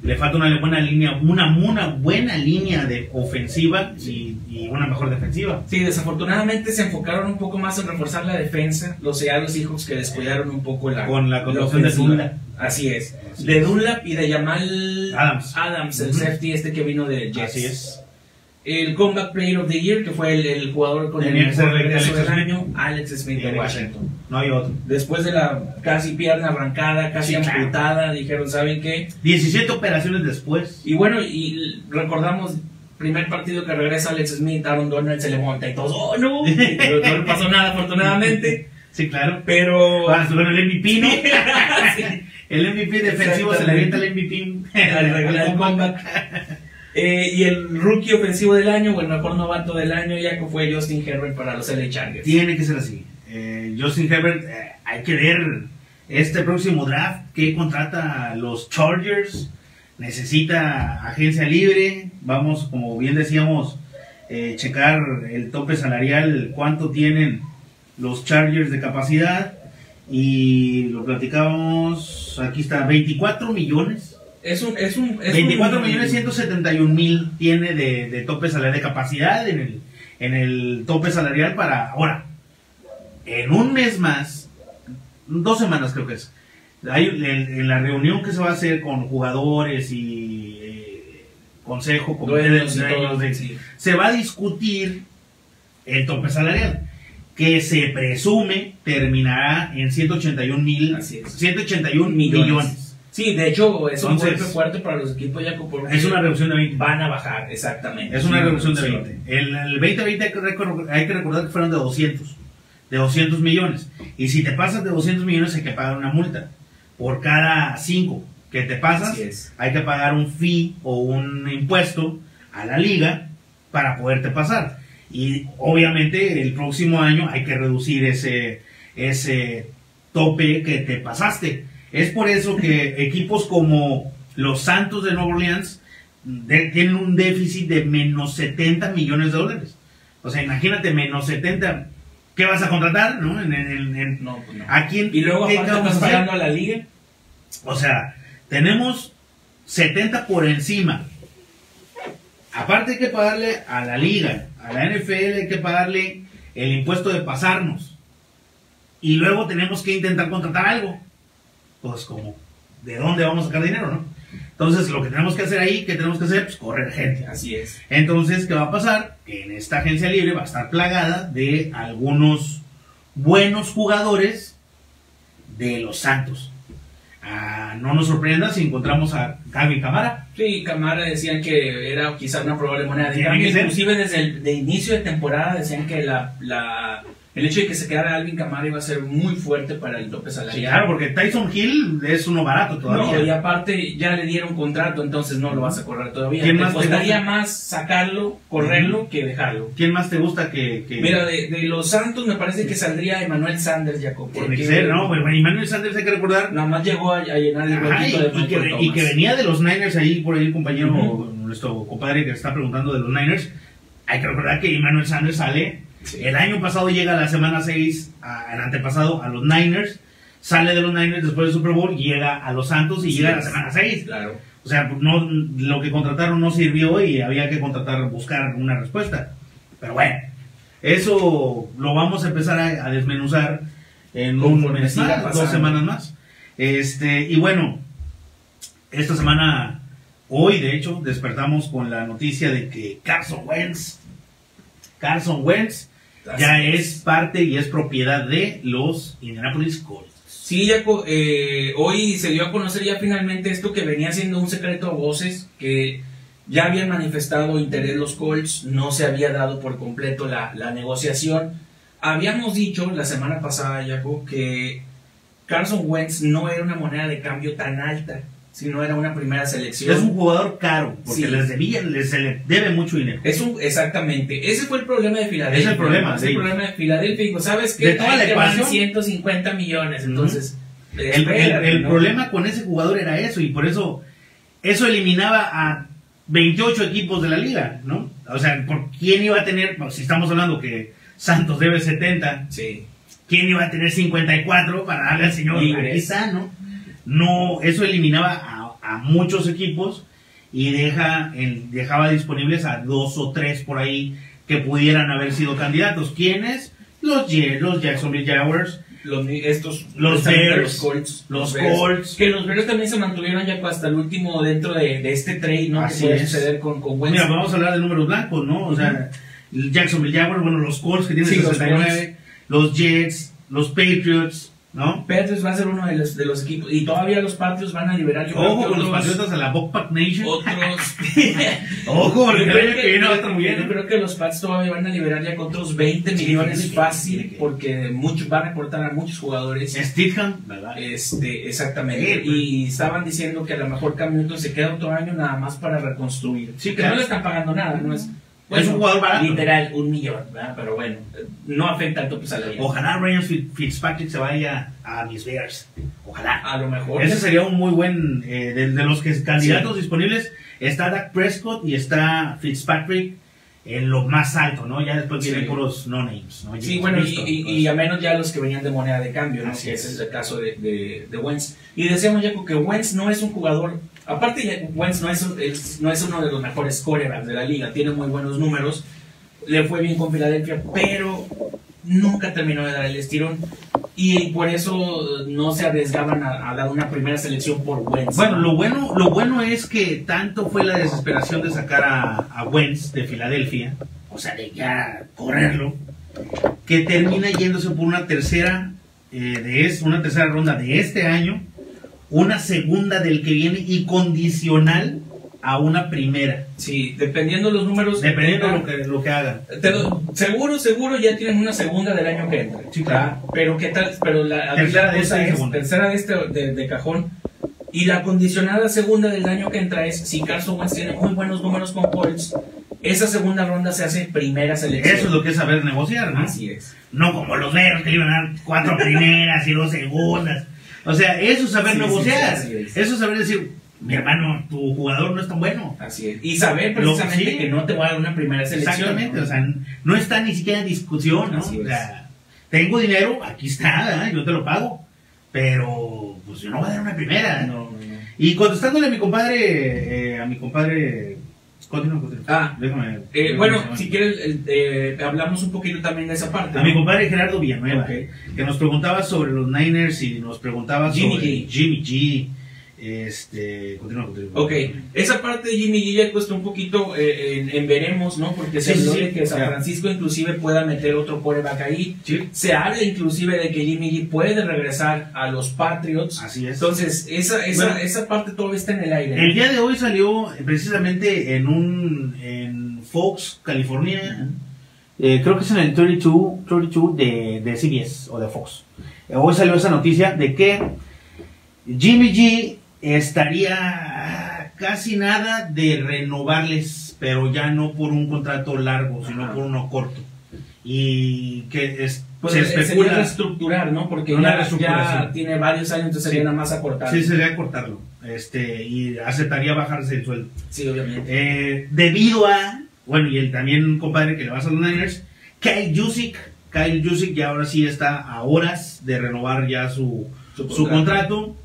A: Le falta una buena línea, una, una buena línea de ofensiva y, y una mejor defensiva.
B: Sí, desafortunadamente se enfocaron un poco más en reforzar la defensa, los Seattle Seahawks que descuidaron un poco la,
A: Con la contratación de
B: ofensiva.
A: Dunlap.
B: Así es.
A: Así
B: de
A: es.
B: Dunlap y de Yamal
A: Adams.
B: el
A: Ujú.
B: safety este que vino de Jets.
A: Así es.
B: El Combat Player of the Year, que fue el, el jugador con
A: Tenía
B: el
A: que ser
B: mejor regreso
A: Alex
B: del
A: Smith.
B: año, Alex Smith de
A: Tiene que ser.
B: Washington.
A: No hay otro.
B: Después de la casi pierna arrancada, casi
A: Sí, claro.
B: amputada, dijeron, ¿saben qué?
A: 17 operaciones después.
B: Y bueno, y recordamos primer partido que regresa Alex Smith, Aaron Donald se le monta y todos, ¡oh no! Pero no le pasó nada afortunadamente,
A: Sí, claro.
B: pero...
A: Ah, bueno, el MVP, ¿no?
B: Sí,
A: El MVP defensivo se le avienta el MVP.
B: al regular el comeback. Eh, y el rookie ofensivo del año, o el mejor novato del año, ya que fue Justin Herbert para los LA Chargers.
A: Tiene que ser así. Eh, Justin Herbert, eh, hay que ver este próximo draft que contrata a los Chargers. Necesita agencia libre. Vamos, como bien decíamos, eh, checar el tope salarial, cuánto tienen los Chargers de capacidad. Y lo platicamos, aquí está, 24 millones
B: Es un, es un, es
A: 24
B: un-
A: millones 171 mil tiene de, de tope salarial de capacidad en el, en el tope salarial para ahora. En un mes más, dos semanas creo que es, hay, en, en la reunión que se va a hacer con jugadores y eh, consejo, comité de
B: dueños y
A: dueños
B: todo,
A: de-
B: sí.
A: se va a discutir el tope salarial, que se presume terminará en 181 mil,
B: Así es.
A: 181
B: Millones.
A: millones.
B: Sí, de hecho, es un
A: Entonces,
B: golpe fuerte para los equipos ya porque
A: Es una reducción de 20.
B: van a bajar, exactamente.
A: Es una
B: Sí,
A: reducción de
B: sí.
A: 20. El, el 2020 hay que, recor- hay que recordar que fueron de 200. De 200 millones. Y si te pasas de 200 millones hay que pagar una multa. Por cada 5 que te pasas,
B: Así es.
A: hay que pagar un fee o un impuesto a la liga para poderte pasar. Y obviamente el próximo año hay que reducir ese, ese tope que te pasaste. Es por eso que equipos como los Santos de Nueva Orleans de- tienen un déficit de menos 70 millones de dólares. O sea, imagínate, menos 70. ¿Qué vas a contratar? ¿No? En, en- en- en-
B: No, pues no.
A: ¿A quién?
B: Y luego
A: qué
B: aparte
A: vamos a
B: estás
A: hacer?
B: pagando a la liga.
A: O sea, tenemos 70 por encima. Aparte hay que pagarle a la liga, a la NFL hay que pagarle el impuesto de pasarnos. Y luego tenemos que intentar contratar algo. Pues como, ¿de dónde vamos a sacar dinero, no? Entonces, lo que tenemos que hacer ahí, ¿qué tenemos que hacer? Pues correr gente.
B: Así es.
A: Entonces, ¿qué va a pasar? Que en esta agencia libre va a estar plagada de algunos buenos jugadores de los Santos. Ah, no nos sorprenda si encontramos a Gaby Camara.
B: Sí, Camara decían que era quizás una probable moneda de
A: Tiene
B: cambio.
A: que ser.
B: Inclusive desde el de inicio de temporada decían que la, la- el hecho de que se quedara Alvin Camara iba a ser muy fuerte para el tope salarial.
A: claro, porque Tyson Hill es uno barato todavía.
B: No, y aparte ya le dieron contrato, entonces no lo vas a correr todavía.
A: ¿Quién
B: Te
A: más te
B: costaría
A: gusta?
B: más sacarlo, correrlo, que dejarlo.
A: ¿Quién más te gusta que... que-
B: Mira, de, de los Santos me parece que saldría Emanuel Sanders, Jacob.
A: tiene que ser, ¿no? Bueno, y Manuel Sanders hay que recordar.
B: Nada más llegó a, a llenar el
A: Ajá, y,
B: huequito de
A: y
B: Michael
A: que, y que
B: Thomas.
A: venía de los Niners ahí, por ahí el compañero,
B: Ujú.
A: nuestro compadre que está preguntando de los Niners. Hay que recordar que Emmanuel Sanders sale
B: Sí.
A: El año pasado llega a la semana 6, a- el antepasado, a los Niners. Sale de los Niners después del Super Bowl, llega a los Santos y
B: Sí,
A: llega a la
B: es.
A: semana 6.
B: Claro.
A: O sea, no, lo que contrataron no sirvió y había que contratar, buscar una respuesta. Pero bueno, eso lo vamos a empezar a, a desmenuzar en un
B: Conforme
A: mes
B: siga
A: más, dos
B: pasando.
A: semanas más. Este, y bueno, esta semana, hoy de hecho, despertamos con la noticia de que Carson Wentz, Carson Wentz
B: eh,
A: ya es parte y es propiedad de los Indianapolis Colts.
B: Sí, Jaco, eh, hoy se dio a conocer ya finalmente esto que venía siendo un secreto a voces, que ya habían manifestado interés los Colts, no se había dado por completo la, la negociación. Habíamos dicho la semana pasada, Jaco, que Carson Wentz no era una moneda de cambio tan alta, sino era una primera selección.
A: Es un jugador caro, porque
B: Sí.
A: les debía, les, se le debe mucho dinero.
B: Es un- exactamente. Ese fue el problema de Filadelfia.
A: Es el problema,
B: Es
A: sí.
B: el problema de Filadelfia. Digo, ¿sabes qué?
A: De toda
B: Ahí
A: la
B: te van
A: ecuación.
B: 150 millones.
A: Ujú.
B: Entonces,
A: El, el-
B: espérate,
A: el
B: ¿no?
A: problema con ese jugador era eso, y por eso eso eliminaba a 28 equipos de la liga, ¿no? O sea, ¿por quién iba a tener, bueno, si estamos hablando que Santos debe 70,
B: Sí.
A: quién iba a tener 54 para darle al señor
B: Libre.
A: aquí está, ¿no? No, eso eliminaba a, a muchos equipos y deja, en- dejaba disponibles a dos o tres por ahí que pudieran haber sido candidatos. ¿Quiénes? Los, Ye- los Jacksonville Jaguars,
B: los, estos
A: Los
B: precisamente
A: Bears,
B: los Colts,
A: los
B: Bears.
A: Colts.
B: que los Bears también se mantuvieron ya hasta el último dentro de, de este trade no
A: Así
B: que puede
A: es.
B: suceder con con Wentz.
A: Mira, vamos a hablar de números blancos, ¿no? O sea, el Jacksonville Jaguars, bueno, los Colts que tienen
B: Sí, los
A: 69, los, Jets, los Patriots, ¿no?
B: Patriots va a ser uno de los de los equipos y todavía los Patriots van a liberar yo creo
A: Ojo
B: que
A: con los
B: otros-
A: patriotas de la Buckpack Nation.
B: otros
A: Ojo, porque el
B: Yo creo
A: año que
B: que-
A: viene va a estar muy
B: yo
A: bien. ¿eh?
B: creo que los Pats todavía van a liberar ya con otros 20
A: Sí,
B: millones
A: tiene que- tiene
B: fácil
A: que-
B: porque muchos van a cortar a muchos jugadores
A: Stidham, ¿verdad?
B: Este, exactamente.
A: Sí, pues. güey.
B: Y estaban diciendo que a lo mejor Cam Newton se queda otro año nada más para reconstruir.
A: Sí,
B: que
A: claro.
B: no le están pagando nada, ¿no? Es,
A: un jugador barato.
B: Literal, un millón, ¿verdad? Pero bueno, eh, no afecta al tope salarial.
A: Ojalá Ryan Fit- Fitzpatrick se vaya a mis Bears. Ojalá.
B: A lo mejor.
A: Ese sería un muy buen. eh, de, de los que- candidatos disponibles está Dak Prescott y está Fitzpatrick. en lo más alto, ¿no? Ya después
B: Sí.
A: vienen puros no-names, ¿no?
B: Sí,
A: James
B: bueno, y,
A: Winston,
B: y-
A: cosas.
B: y a menos ya los que venían de moneda de cambio, ¿no?
A: pues. Así
B: Que ese
A: es.
B: es el caso de, de, de Wentz. Y decíamos, Jaco, que Wentz no es un jugador. Aparte, ya- Wentz no es, un- es- no es uno de los mejores corebacks de la liga, tiene muy buenos números. Le fue bien con Filadelfia, pero nunca terminó de dar el estirón. Y por eso eh, no se arriesgaban a, a dar una primera selección por Wentz.
A: Bueno,
B: ¿no?
A: lo bueno, lo bueno es que tanto fue la desesperación de sacar a, a Wentz de Filadelfia, o sea, de ya correrlo, que termina yéndose por una tercera, eh, de es, una tercera ronda de este año, una segunda del que viene y condicional a una primera,
B: Sí, dependiendo los números.
A: dependiendo de lo que, lo que hagan.
B: Te do- seguro, seguro ya tienen una segunda del año que entra.
A: Sí, claro.
B: Pero qué tal, pero la
A: Tercera
B: la
A: de
B: cosa
A: esta y
B: es-
A: segunda.
B: tercera de este de, de cajón. Y la condicionada segunda del año que entra es si Carson Wentz tiene muy buenos números con Colts, esa segunda ronda se hace primera selección.
A: Eso es lo que es saber negociar, ¿no?
B: Así es.
A: No como los veros que le iban a dar cuatro primeras y dos segundas. O sea, eso es saber
B: Sí, sí,
A: negociar.
B: sí, así es.
A: Eso es saber decir, mi hermano, tu jugador no es tan bueno.
B: Así es. Y saber
A: Lo que
B: precisamente
A: sí.
B: que no te va a dar una primera selección.
A: Exactamente,
B: ¿no?
A: o sea, no está ni siquiera en discusión, ¿no?
B: Así
A: O sea, tengo dinero, aquí está, ¿verdad? yo te lo pago. Pero, pues yo no voy a dar una primera. ¿eh?
B: No, no, no.
A: Y contestándole a mi compadre, eh, a mi compadre. Continúa, continúa.
B: Ah,
A: déjame.
B: Eh,
A: déjame-
B: bueno, si quieres, el- eh, hablamos un poquito también de esa parte.
A: A mi
B: ¿no?
A: compadre Gerardo Villanueva,
B: Ok.
A: que nos preguntaba sobre los Niners y nos preguntaba
B: Jimmy
A: sobre
B: G.
A: Jimmy G. Este, continúa, continúa.
B: Ok, esa parte de Jimmy G ya cuesta un poquito eh, en, en veremos, ¿no? Porque se
A: Sí, sí,
B: habló
A: sí.
B: de que San
A: Ya.
B: Francisco inclusive pueda meter otro quarterback ahí.
A: Sí,
B: Se habla inclusive de que Jimmy G puede regresar a los Patriots.
A: así es.
B: Entonces, esa, esa,
A: Bueno.
B: esa parte todavía está en el aire.
A: El día de hoy salió eh, precisamente en un en Fox, California. eh, creo que es en el 32, 32 de, de CBS o de Fox. Eh, hoy salió esa noticia de que Jimmy G estaría ah, casi nada de renovarles, pero ya no por un contrato largo, sino
B: Ajá.
A: por uno corto. Y que es-
B: Pues
A: se
B: eh, sería
A: especula.
B: reestructurar, ¿no? Porque
A: Una
B: ya,
A: reestructuración.
B: ya tiene varios años, entonces sería
A: Sí.
B: nada más acortar.
A: Sí,
B: Sí,
A: sería cortarlo. Este, y aceptaría bajarse el sueldo.
B: obviamente.
A: Eh, debido a, bueno, y el también un compadre que le va a los Niners, Kyle Jusic. Kyle Jusic ya ahora sí está a horas de renovar ya su,
B: Su
A: su
B: contrato.
A: contrato.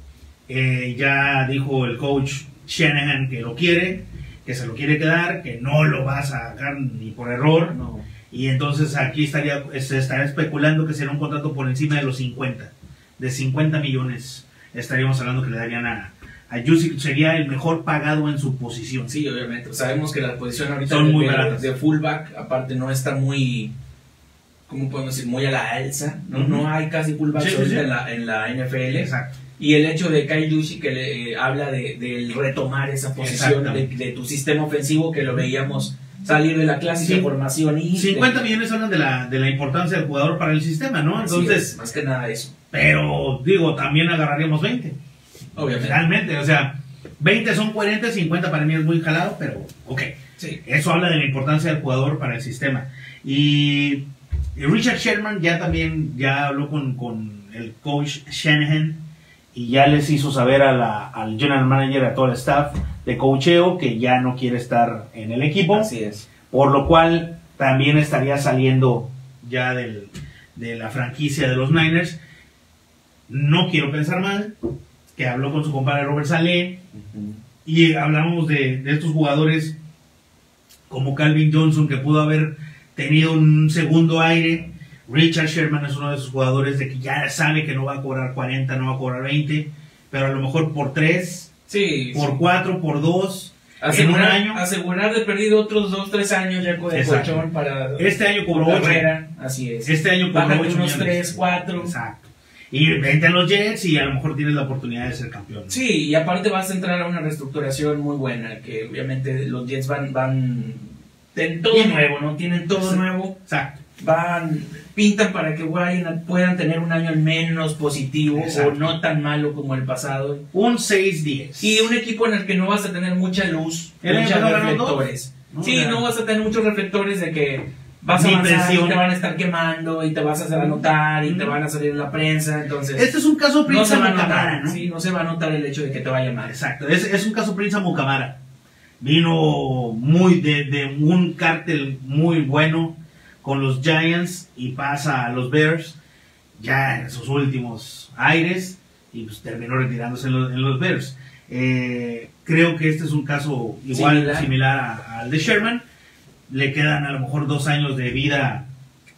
A: Eh, ya dijo el coach Shanahan que lo quiere, que se lo quiere quedar, que no lo va a sacar ni por error.
B: No.
A: Y entonces aquí estaría, se estaría especulando que será un contrato por encima de los 50, de 50 millones. Estaríamos hablando que le darían a, a Jusic, sería el mejor pagado en su posición.
B: Sí, obviamente. Sabemos que la posición ahorita
A: Son
B: de,
A: muy
B: de-
A: baratas.
B: de fullback, aparte, no está muy, ¿cómo podemos decir? Muy a la alza. No,
A: Ujú.
B: no hay casi fullbacks
A: Sí, sí,
B: ahorita
A: sí.
B: En, la, en la NFL.
A: Exacto.
B: Y el hecho de Kyle Yushi que le, eh, habla de, del retomar esa posición de,
A: Exactamente.
B: de tu sistema ofensivo que lo veíamos salir de la clásica
A: Sí.
B: formación y...
A: 50
B: de-
A: millones hablan de la, de la importancia del jugador para el sistema, ¿no?
B: Así
A: Entonces,
B: es, más que nada eso,
A: pero digo, también agarraríamos 20.
B: obviamente.
A: Realmente, o sea, 20 son 40, 50 para mí es muy jalado, pero ok.
B: Sí.
A: Eso habla de la importancia del jugador para el sistema. Y, y Richard Sherman ya también, ya habló con, con el coach Shanahan y ya les hizo saber a la, al general manager, a todo el staff de coacheo que ya no quiere estar en el equipo.
B: Así es.
A: por lo cual también estaría saliendo ya del- de la franquicia de los Niners. No quiero pensar mal, que habló con su compadre Robert Saleh y hablamos de, de estos jugadores como Calvin Johnson que pudo haber tenido un segundo aire. Richard Sherman es uno de esos jugadores de que ya sabe que no va a cobrar 40, no va a cobrar 20, pero a lo mejor por 3,
B: Sí.
A: por 4, por 2.
B: asegurar,
A: en un año-
B: asegurar de perdido otros dos, tres años ya con el
A: Exacto.
B: colchón para...
A: Este año cobró 8.
B: carrera, así es.
A: Este año cobró
B: Bájate
A: 8
B: unos
A: millones.
B: 3, 4.
A: Exacto. Y vente a los Jets y a lo mejor tienes la oportunidad de ser campeón.
B: Sí, y aparte vas a entrar a una reestructuración muy buena, que obviamente los Jets van, van, tienen todo
A: Bien.
B: nuevo, ¿no? Tienen todo
A: Sí.
B: nuevo,
A: Exacto.
B: van, pintan para que vayan- puedan tener un año al menos positivo
A: Exacto.
B: o no tan malo como el pasado.
A: Un 6-10.
B: Y un equipo en el que no vas a tener mucha luz,
A: El año
B: muchos
A: pasado ganaron dos.
B: reflectores.
A: No,
B: sí,
A: ya.
B: no vas a tener muchos reflectores de que vas a
A: Ni
B: avanzar
A: presión.
B: y te van a estar quemando y te vas a hacer anotar y te van a salir en la prensa, entonces...
A: Este es un caso
B: no se
A: Prince
B: va a
A: Mucamara,
B: notar,
A: ¿no?
B: sí, no se va a notar el hecho de que te vaya mal.
A: Exacto. Es, es un caso Prince Mucamara. Vino muy de, de un cártel muy bueno con los Giants y pasa a los Bears ya en sus últimos aires y pues terminó retirándose en los, en los Bears. Eh, creo que este es un caso igual
B: Similar.
A: similar, a- al de Sherman. Le quedan a lo mejor dos años de vida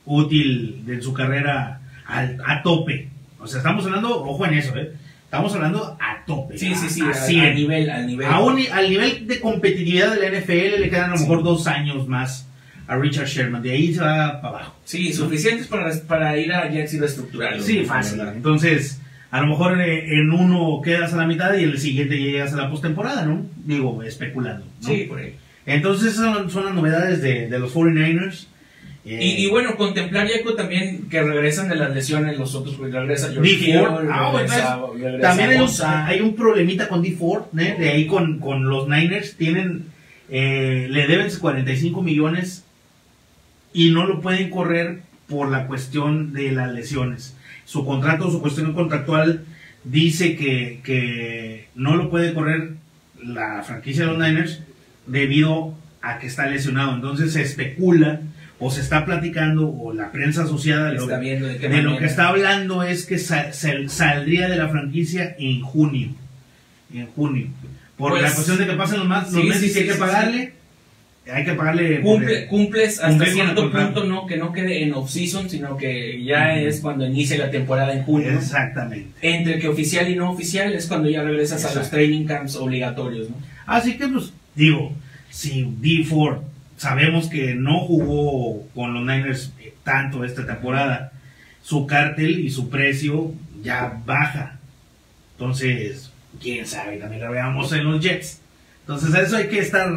A: útil de su carrera al- a tope. O sea, estamos hablando, ojo en eso, ¿eh? Estamos hablando a tope.
B: Sí, sí, sí,
A: a,
B: a,
A: a 100.
B: a nivel, al nivel.
A: A un- al nivel de competitividad de la NFL le quedan a lo
B: Sí.
A: mejor dos años más a Richard Sherman. De ahí se va para abajo.
B: Sí, suficientes para, para ir a Jackson a estructurarlo.
A: Sí,
B: la
A: fácil.
B: verdad.
A: Entonces, a lo mejor eh, en uno quedas a la mitad y en el siguiente ya llegas a la postemporada, ¿no? Digo, especulando. ¿no?
B: Sí, por ahí.
A: Entonces, esas son, son las novedades de, de los 49ers. Eh,
B: Y, y bueno, contemplar Jaco también que regresan de las lesiones los otros, pues regresa
A: Dee
B: George
A: Ford.
B: Ford,
A: Ah, bueno,
B: regresa- regresa
A: También hay un,
B: Bosa.
A: hay un problemita con D4, ¿eh? de ahí con, con los Niners, tienen, eh, le deben 45 millones y no lo pueden correr por la cuestión de las lesiones. Su contrato, su cuestión contractual dice que, que no lo puede correr la franquicia de los Niners debido a que está lesionado. Entonces se especula o se está platicando o la prensa asociada lo,
B: Está viendo de qué
A: de lo
B: manera.
A: que está hablando es que sa- sal- saldría de la franquicia en junio. En junio. Por
B: Pues,
A: la cuestión de que pasen los, más, los
B: sí,
A: meses
B: sí,
A: y
B: sí,
A: hay que
B: sí,
A: pagarle. Hay que pagarle.
B: Cumple- cumples hasta
A: Cumplir con el
B: cierto
A: contrato.
B: punto, no que no quede en off-season, sino que ya
A: Ujú.
B: es cuando inicia la temporada en junio.
A: Exactamente.
B: Entre que oficial y no oficial es cuando ya regresas a los
A: Exacto.
B: training camps obligatorios, ¿no?
A: Así que, pues, digo, si D Ford sabemos que no jugó con los Niners eh, tanto esta temporada, su cártel y su precio ya baja. Entonces, quién sabe, también la veamos en los Jets. Entonces, a eso hay que estar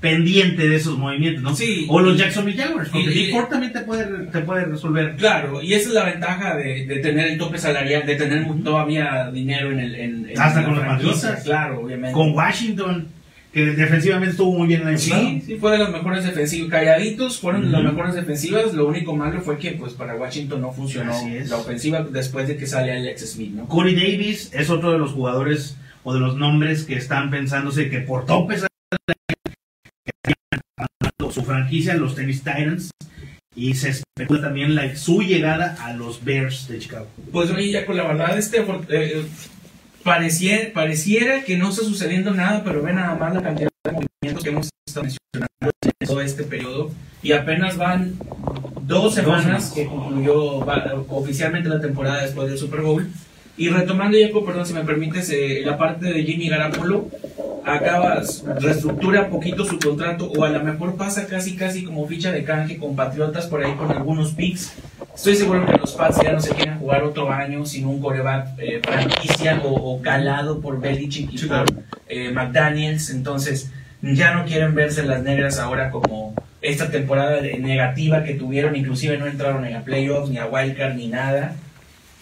A: pendiente de esos movimientos, ¿no?
B: Sí.
A: O los Jacksonville Jaguars, porque
B: Y-
A: D Ford también te puede, te puede resolver.
B: Claro, y esa es la ventaja de, de tener el tope salarial, de tener todavía dinero en el. En, en
A: Hasta
B: la
A: con los
B: franquicia,
A: Patriotas.
B: Claro, obviamente.
A: Con Washington, que defensivamente estuvo muy bien el año pasado.
B: Sí, sí, fue de las mejores defensivas. Calladitos fueron de las
A: Ujú.
B: mejores defensivas. Lo único malo fue que, pues, para Washington no funcionó
A: Así es.
B: la ofensiva después de que sale Alex Smith, ¿no?
A: Corey Davis es otro de los jugadores o de los nombres que están pensándose que por topes a la- su franquicia, los Tennis Titans, y se especula también la, su llegada a los Bears de Chicago.
B: Pues oye, ya con la verdad, este for- eh, eh, pareciera, pareciera que no está sucediendo nada, pero ve nada más la cantidad de movimientos que hemos estado mencionando en todo este periodo. Y apenas van dos semanas
A: semanas.
B: que concluyó va- oficialmente la temporada después del Super Bowl. Y retomando, Jaco, perdón, si me permites, eh, la parte de Jimmy Garapolo, acaba, reestructura poquito su contrato, o a lo mejor pasa casi, casi como ficha de canje con Patriotas por ahí con algunos picks. Estoy seguro que los Pats ya no se quieren jugar otro año sin un coreback eh, franquicia o, o calado por Belichick y
A: Sí,
B: por
A: claro.
B: eh, McDaniels. Entonces, ya no quieren verse las negras ahora como esta temporada de- negativa que tuvieron. Inclusive no entraron ni a playoffs, ni a wildcard, ni nada.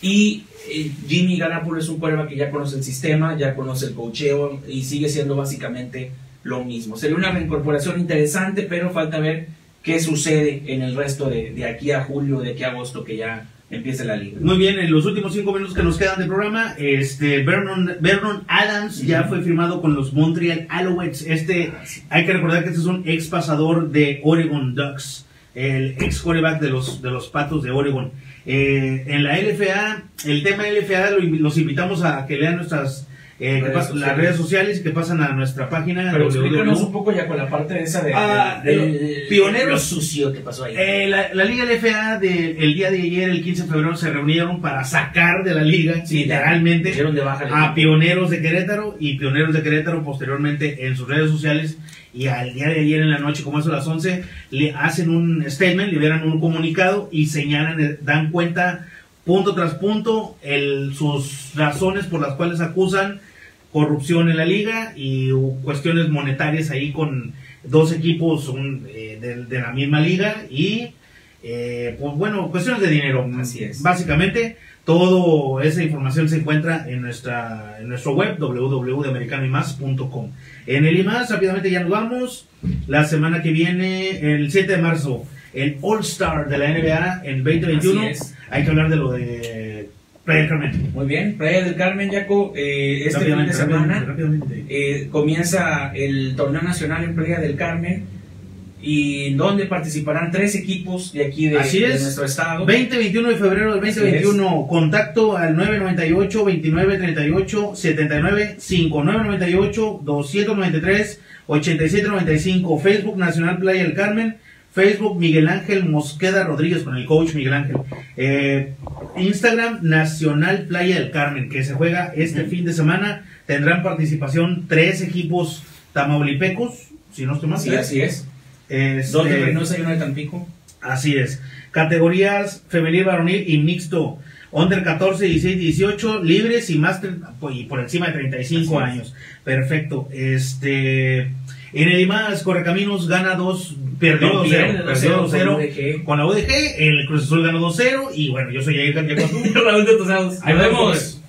B: Y eh, Jimmy Garapolo es un coreback que ya conoce el sistema, ya conoce el cocheo y sigue siendo básicamente lo mismo. Sería una reincorporación interesante, pero falta ver qué sucede en el resto de, de aquí a julio, de aquí a agosto, que ya empiece la liga.
A: Muy bien, en los últimos cinco minutos que nos quedan del programa, este Vernon, Vernon Adams ya fue firmado con los Montreal Alouettes. Este, hay que recordar que este es un ex pasador de Oregon Ducks, el ex quarterback de los, de los Patos de Oregon. Eh, en la LFA, el tema LFA lo invi- los invitamos a que lean nuestras eh, que
B: Redes
A: pas-
B: sociales.
A: las redes sociales y que pasan a nuestra página.
B: Pero
A: www.
B: explícanos un poco ya con la parte de esa de,
A: E. Ah,
B: de-
A: de-
B: del-
A: pioneros.
B: lo sucio que pasó ahí.
A: Eh, la, la Liga LFA del el día de ayer, el 15 de febrero, se reunieron para sacar de la liga, literalmente. Ah,
B: Dieron de baja. el
A: a
B: equipo.
A: Pioneros de Querétaro y Pioneros de Querétaro posteriormente en sus redes sociales y al día de ayer en la noche, como eso a las 11, le hacen un statement, liberan un comunicado y señalan, eh, dan cuenta punto tras punto el, sus razones por las cuales acusan corrupción en la liga y u- cuestiones monetarias ahí con dos equipos un, eh, de, de la misma liga y eh, pues bueno, cuestiones de dinero.
B: Así es.
A: Básicamente, toda esa información se encuentra en nuestra en nuestro web www.americanoymas.com. En el IMAS, rápidamente ya nos vamos. La semana que viene, el 7 de marzo, el All Star de la NBA en
B: Así
A: 2021.
B: es.
A: Hay que hablar de lo de Playa del Carmen.
B: Muy bien, Playa del Carmen, Jaco, eh, este fin de
A: Rápidamente, rápidamente,
B: semana
A: rápidamente.
B: eh, comienza el torneo nacional en Playa del Carmen y donde participarán tres equipos de aquí de,
A: Así
B: de
A: es.
B: nuestro estado.
A: 20, 21 de febrero del
B: Así
A: 2021, contacto al 998 29 38 79 5998 293 8795, Facebook Nacional Playa del Carmen, Facebook Miguel Ángel Mosqueda Rodríguez con el coach Miguel Ángel, Eh, Instagram Nacional Playa del Carmen, que se juega este
B: Ujú.
A: fin de semana, tendrán participación tres equipos tamaulipecos, si no estoy mal.
B: Sí, así es.
A: Este,
B: Dos de Reynosa y uno de Tampico.
A: Así es. Categorías femenil, varonil y mixto. Under 14, 16, 18, libres y más tre- y por encima de 35
B: Así es.
A: años. Perfecto. Este en el IMAS Correcaminos gana 2, perdió
B: No
A: 2-0,
B: pierde,
A: perdió 2-0
B: 2-0, con UDG.
A: con la UDG, el Cruz Azul ganó 2-0 y bueno, yo soy Jair Cantiago.
B: Raúl de Tosados. Nos
A: Ahí vamos,
B: vemos.
A: pues.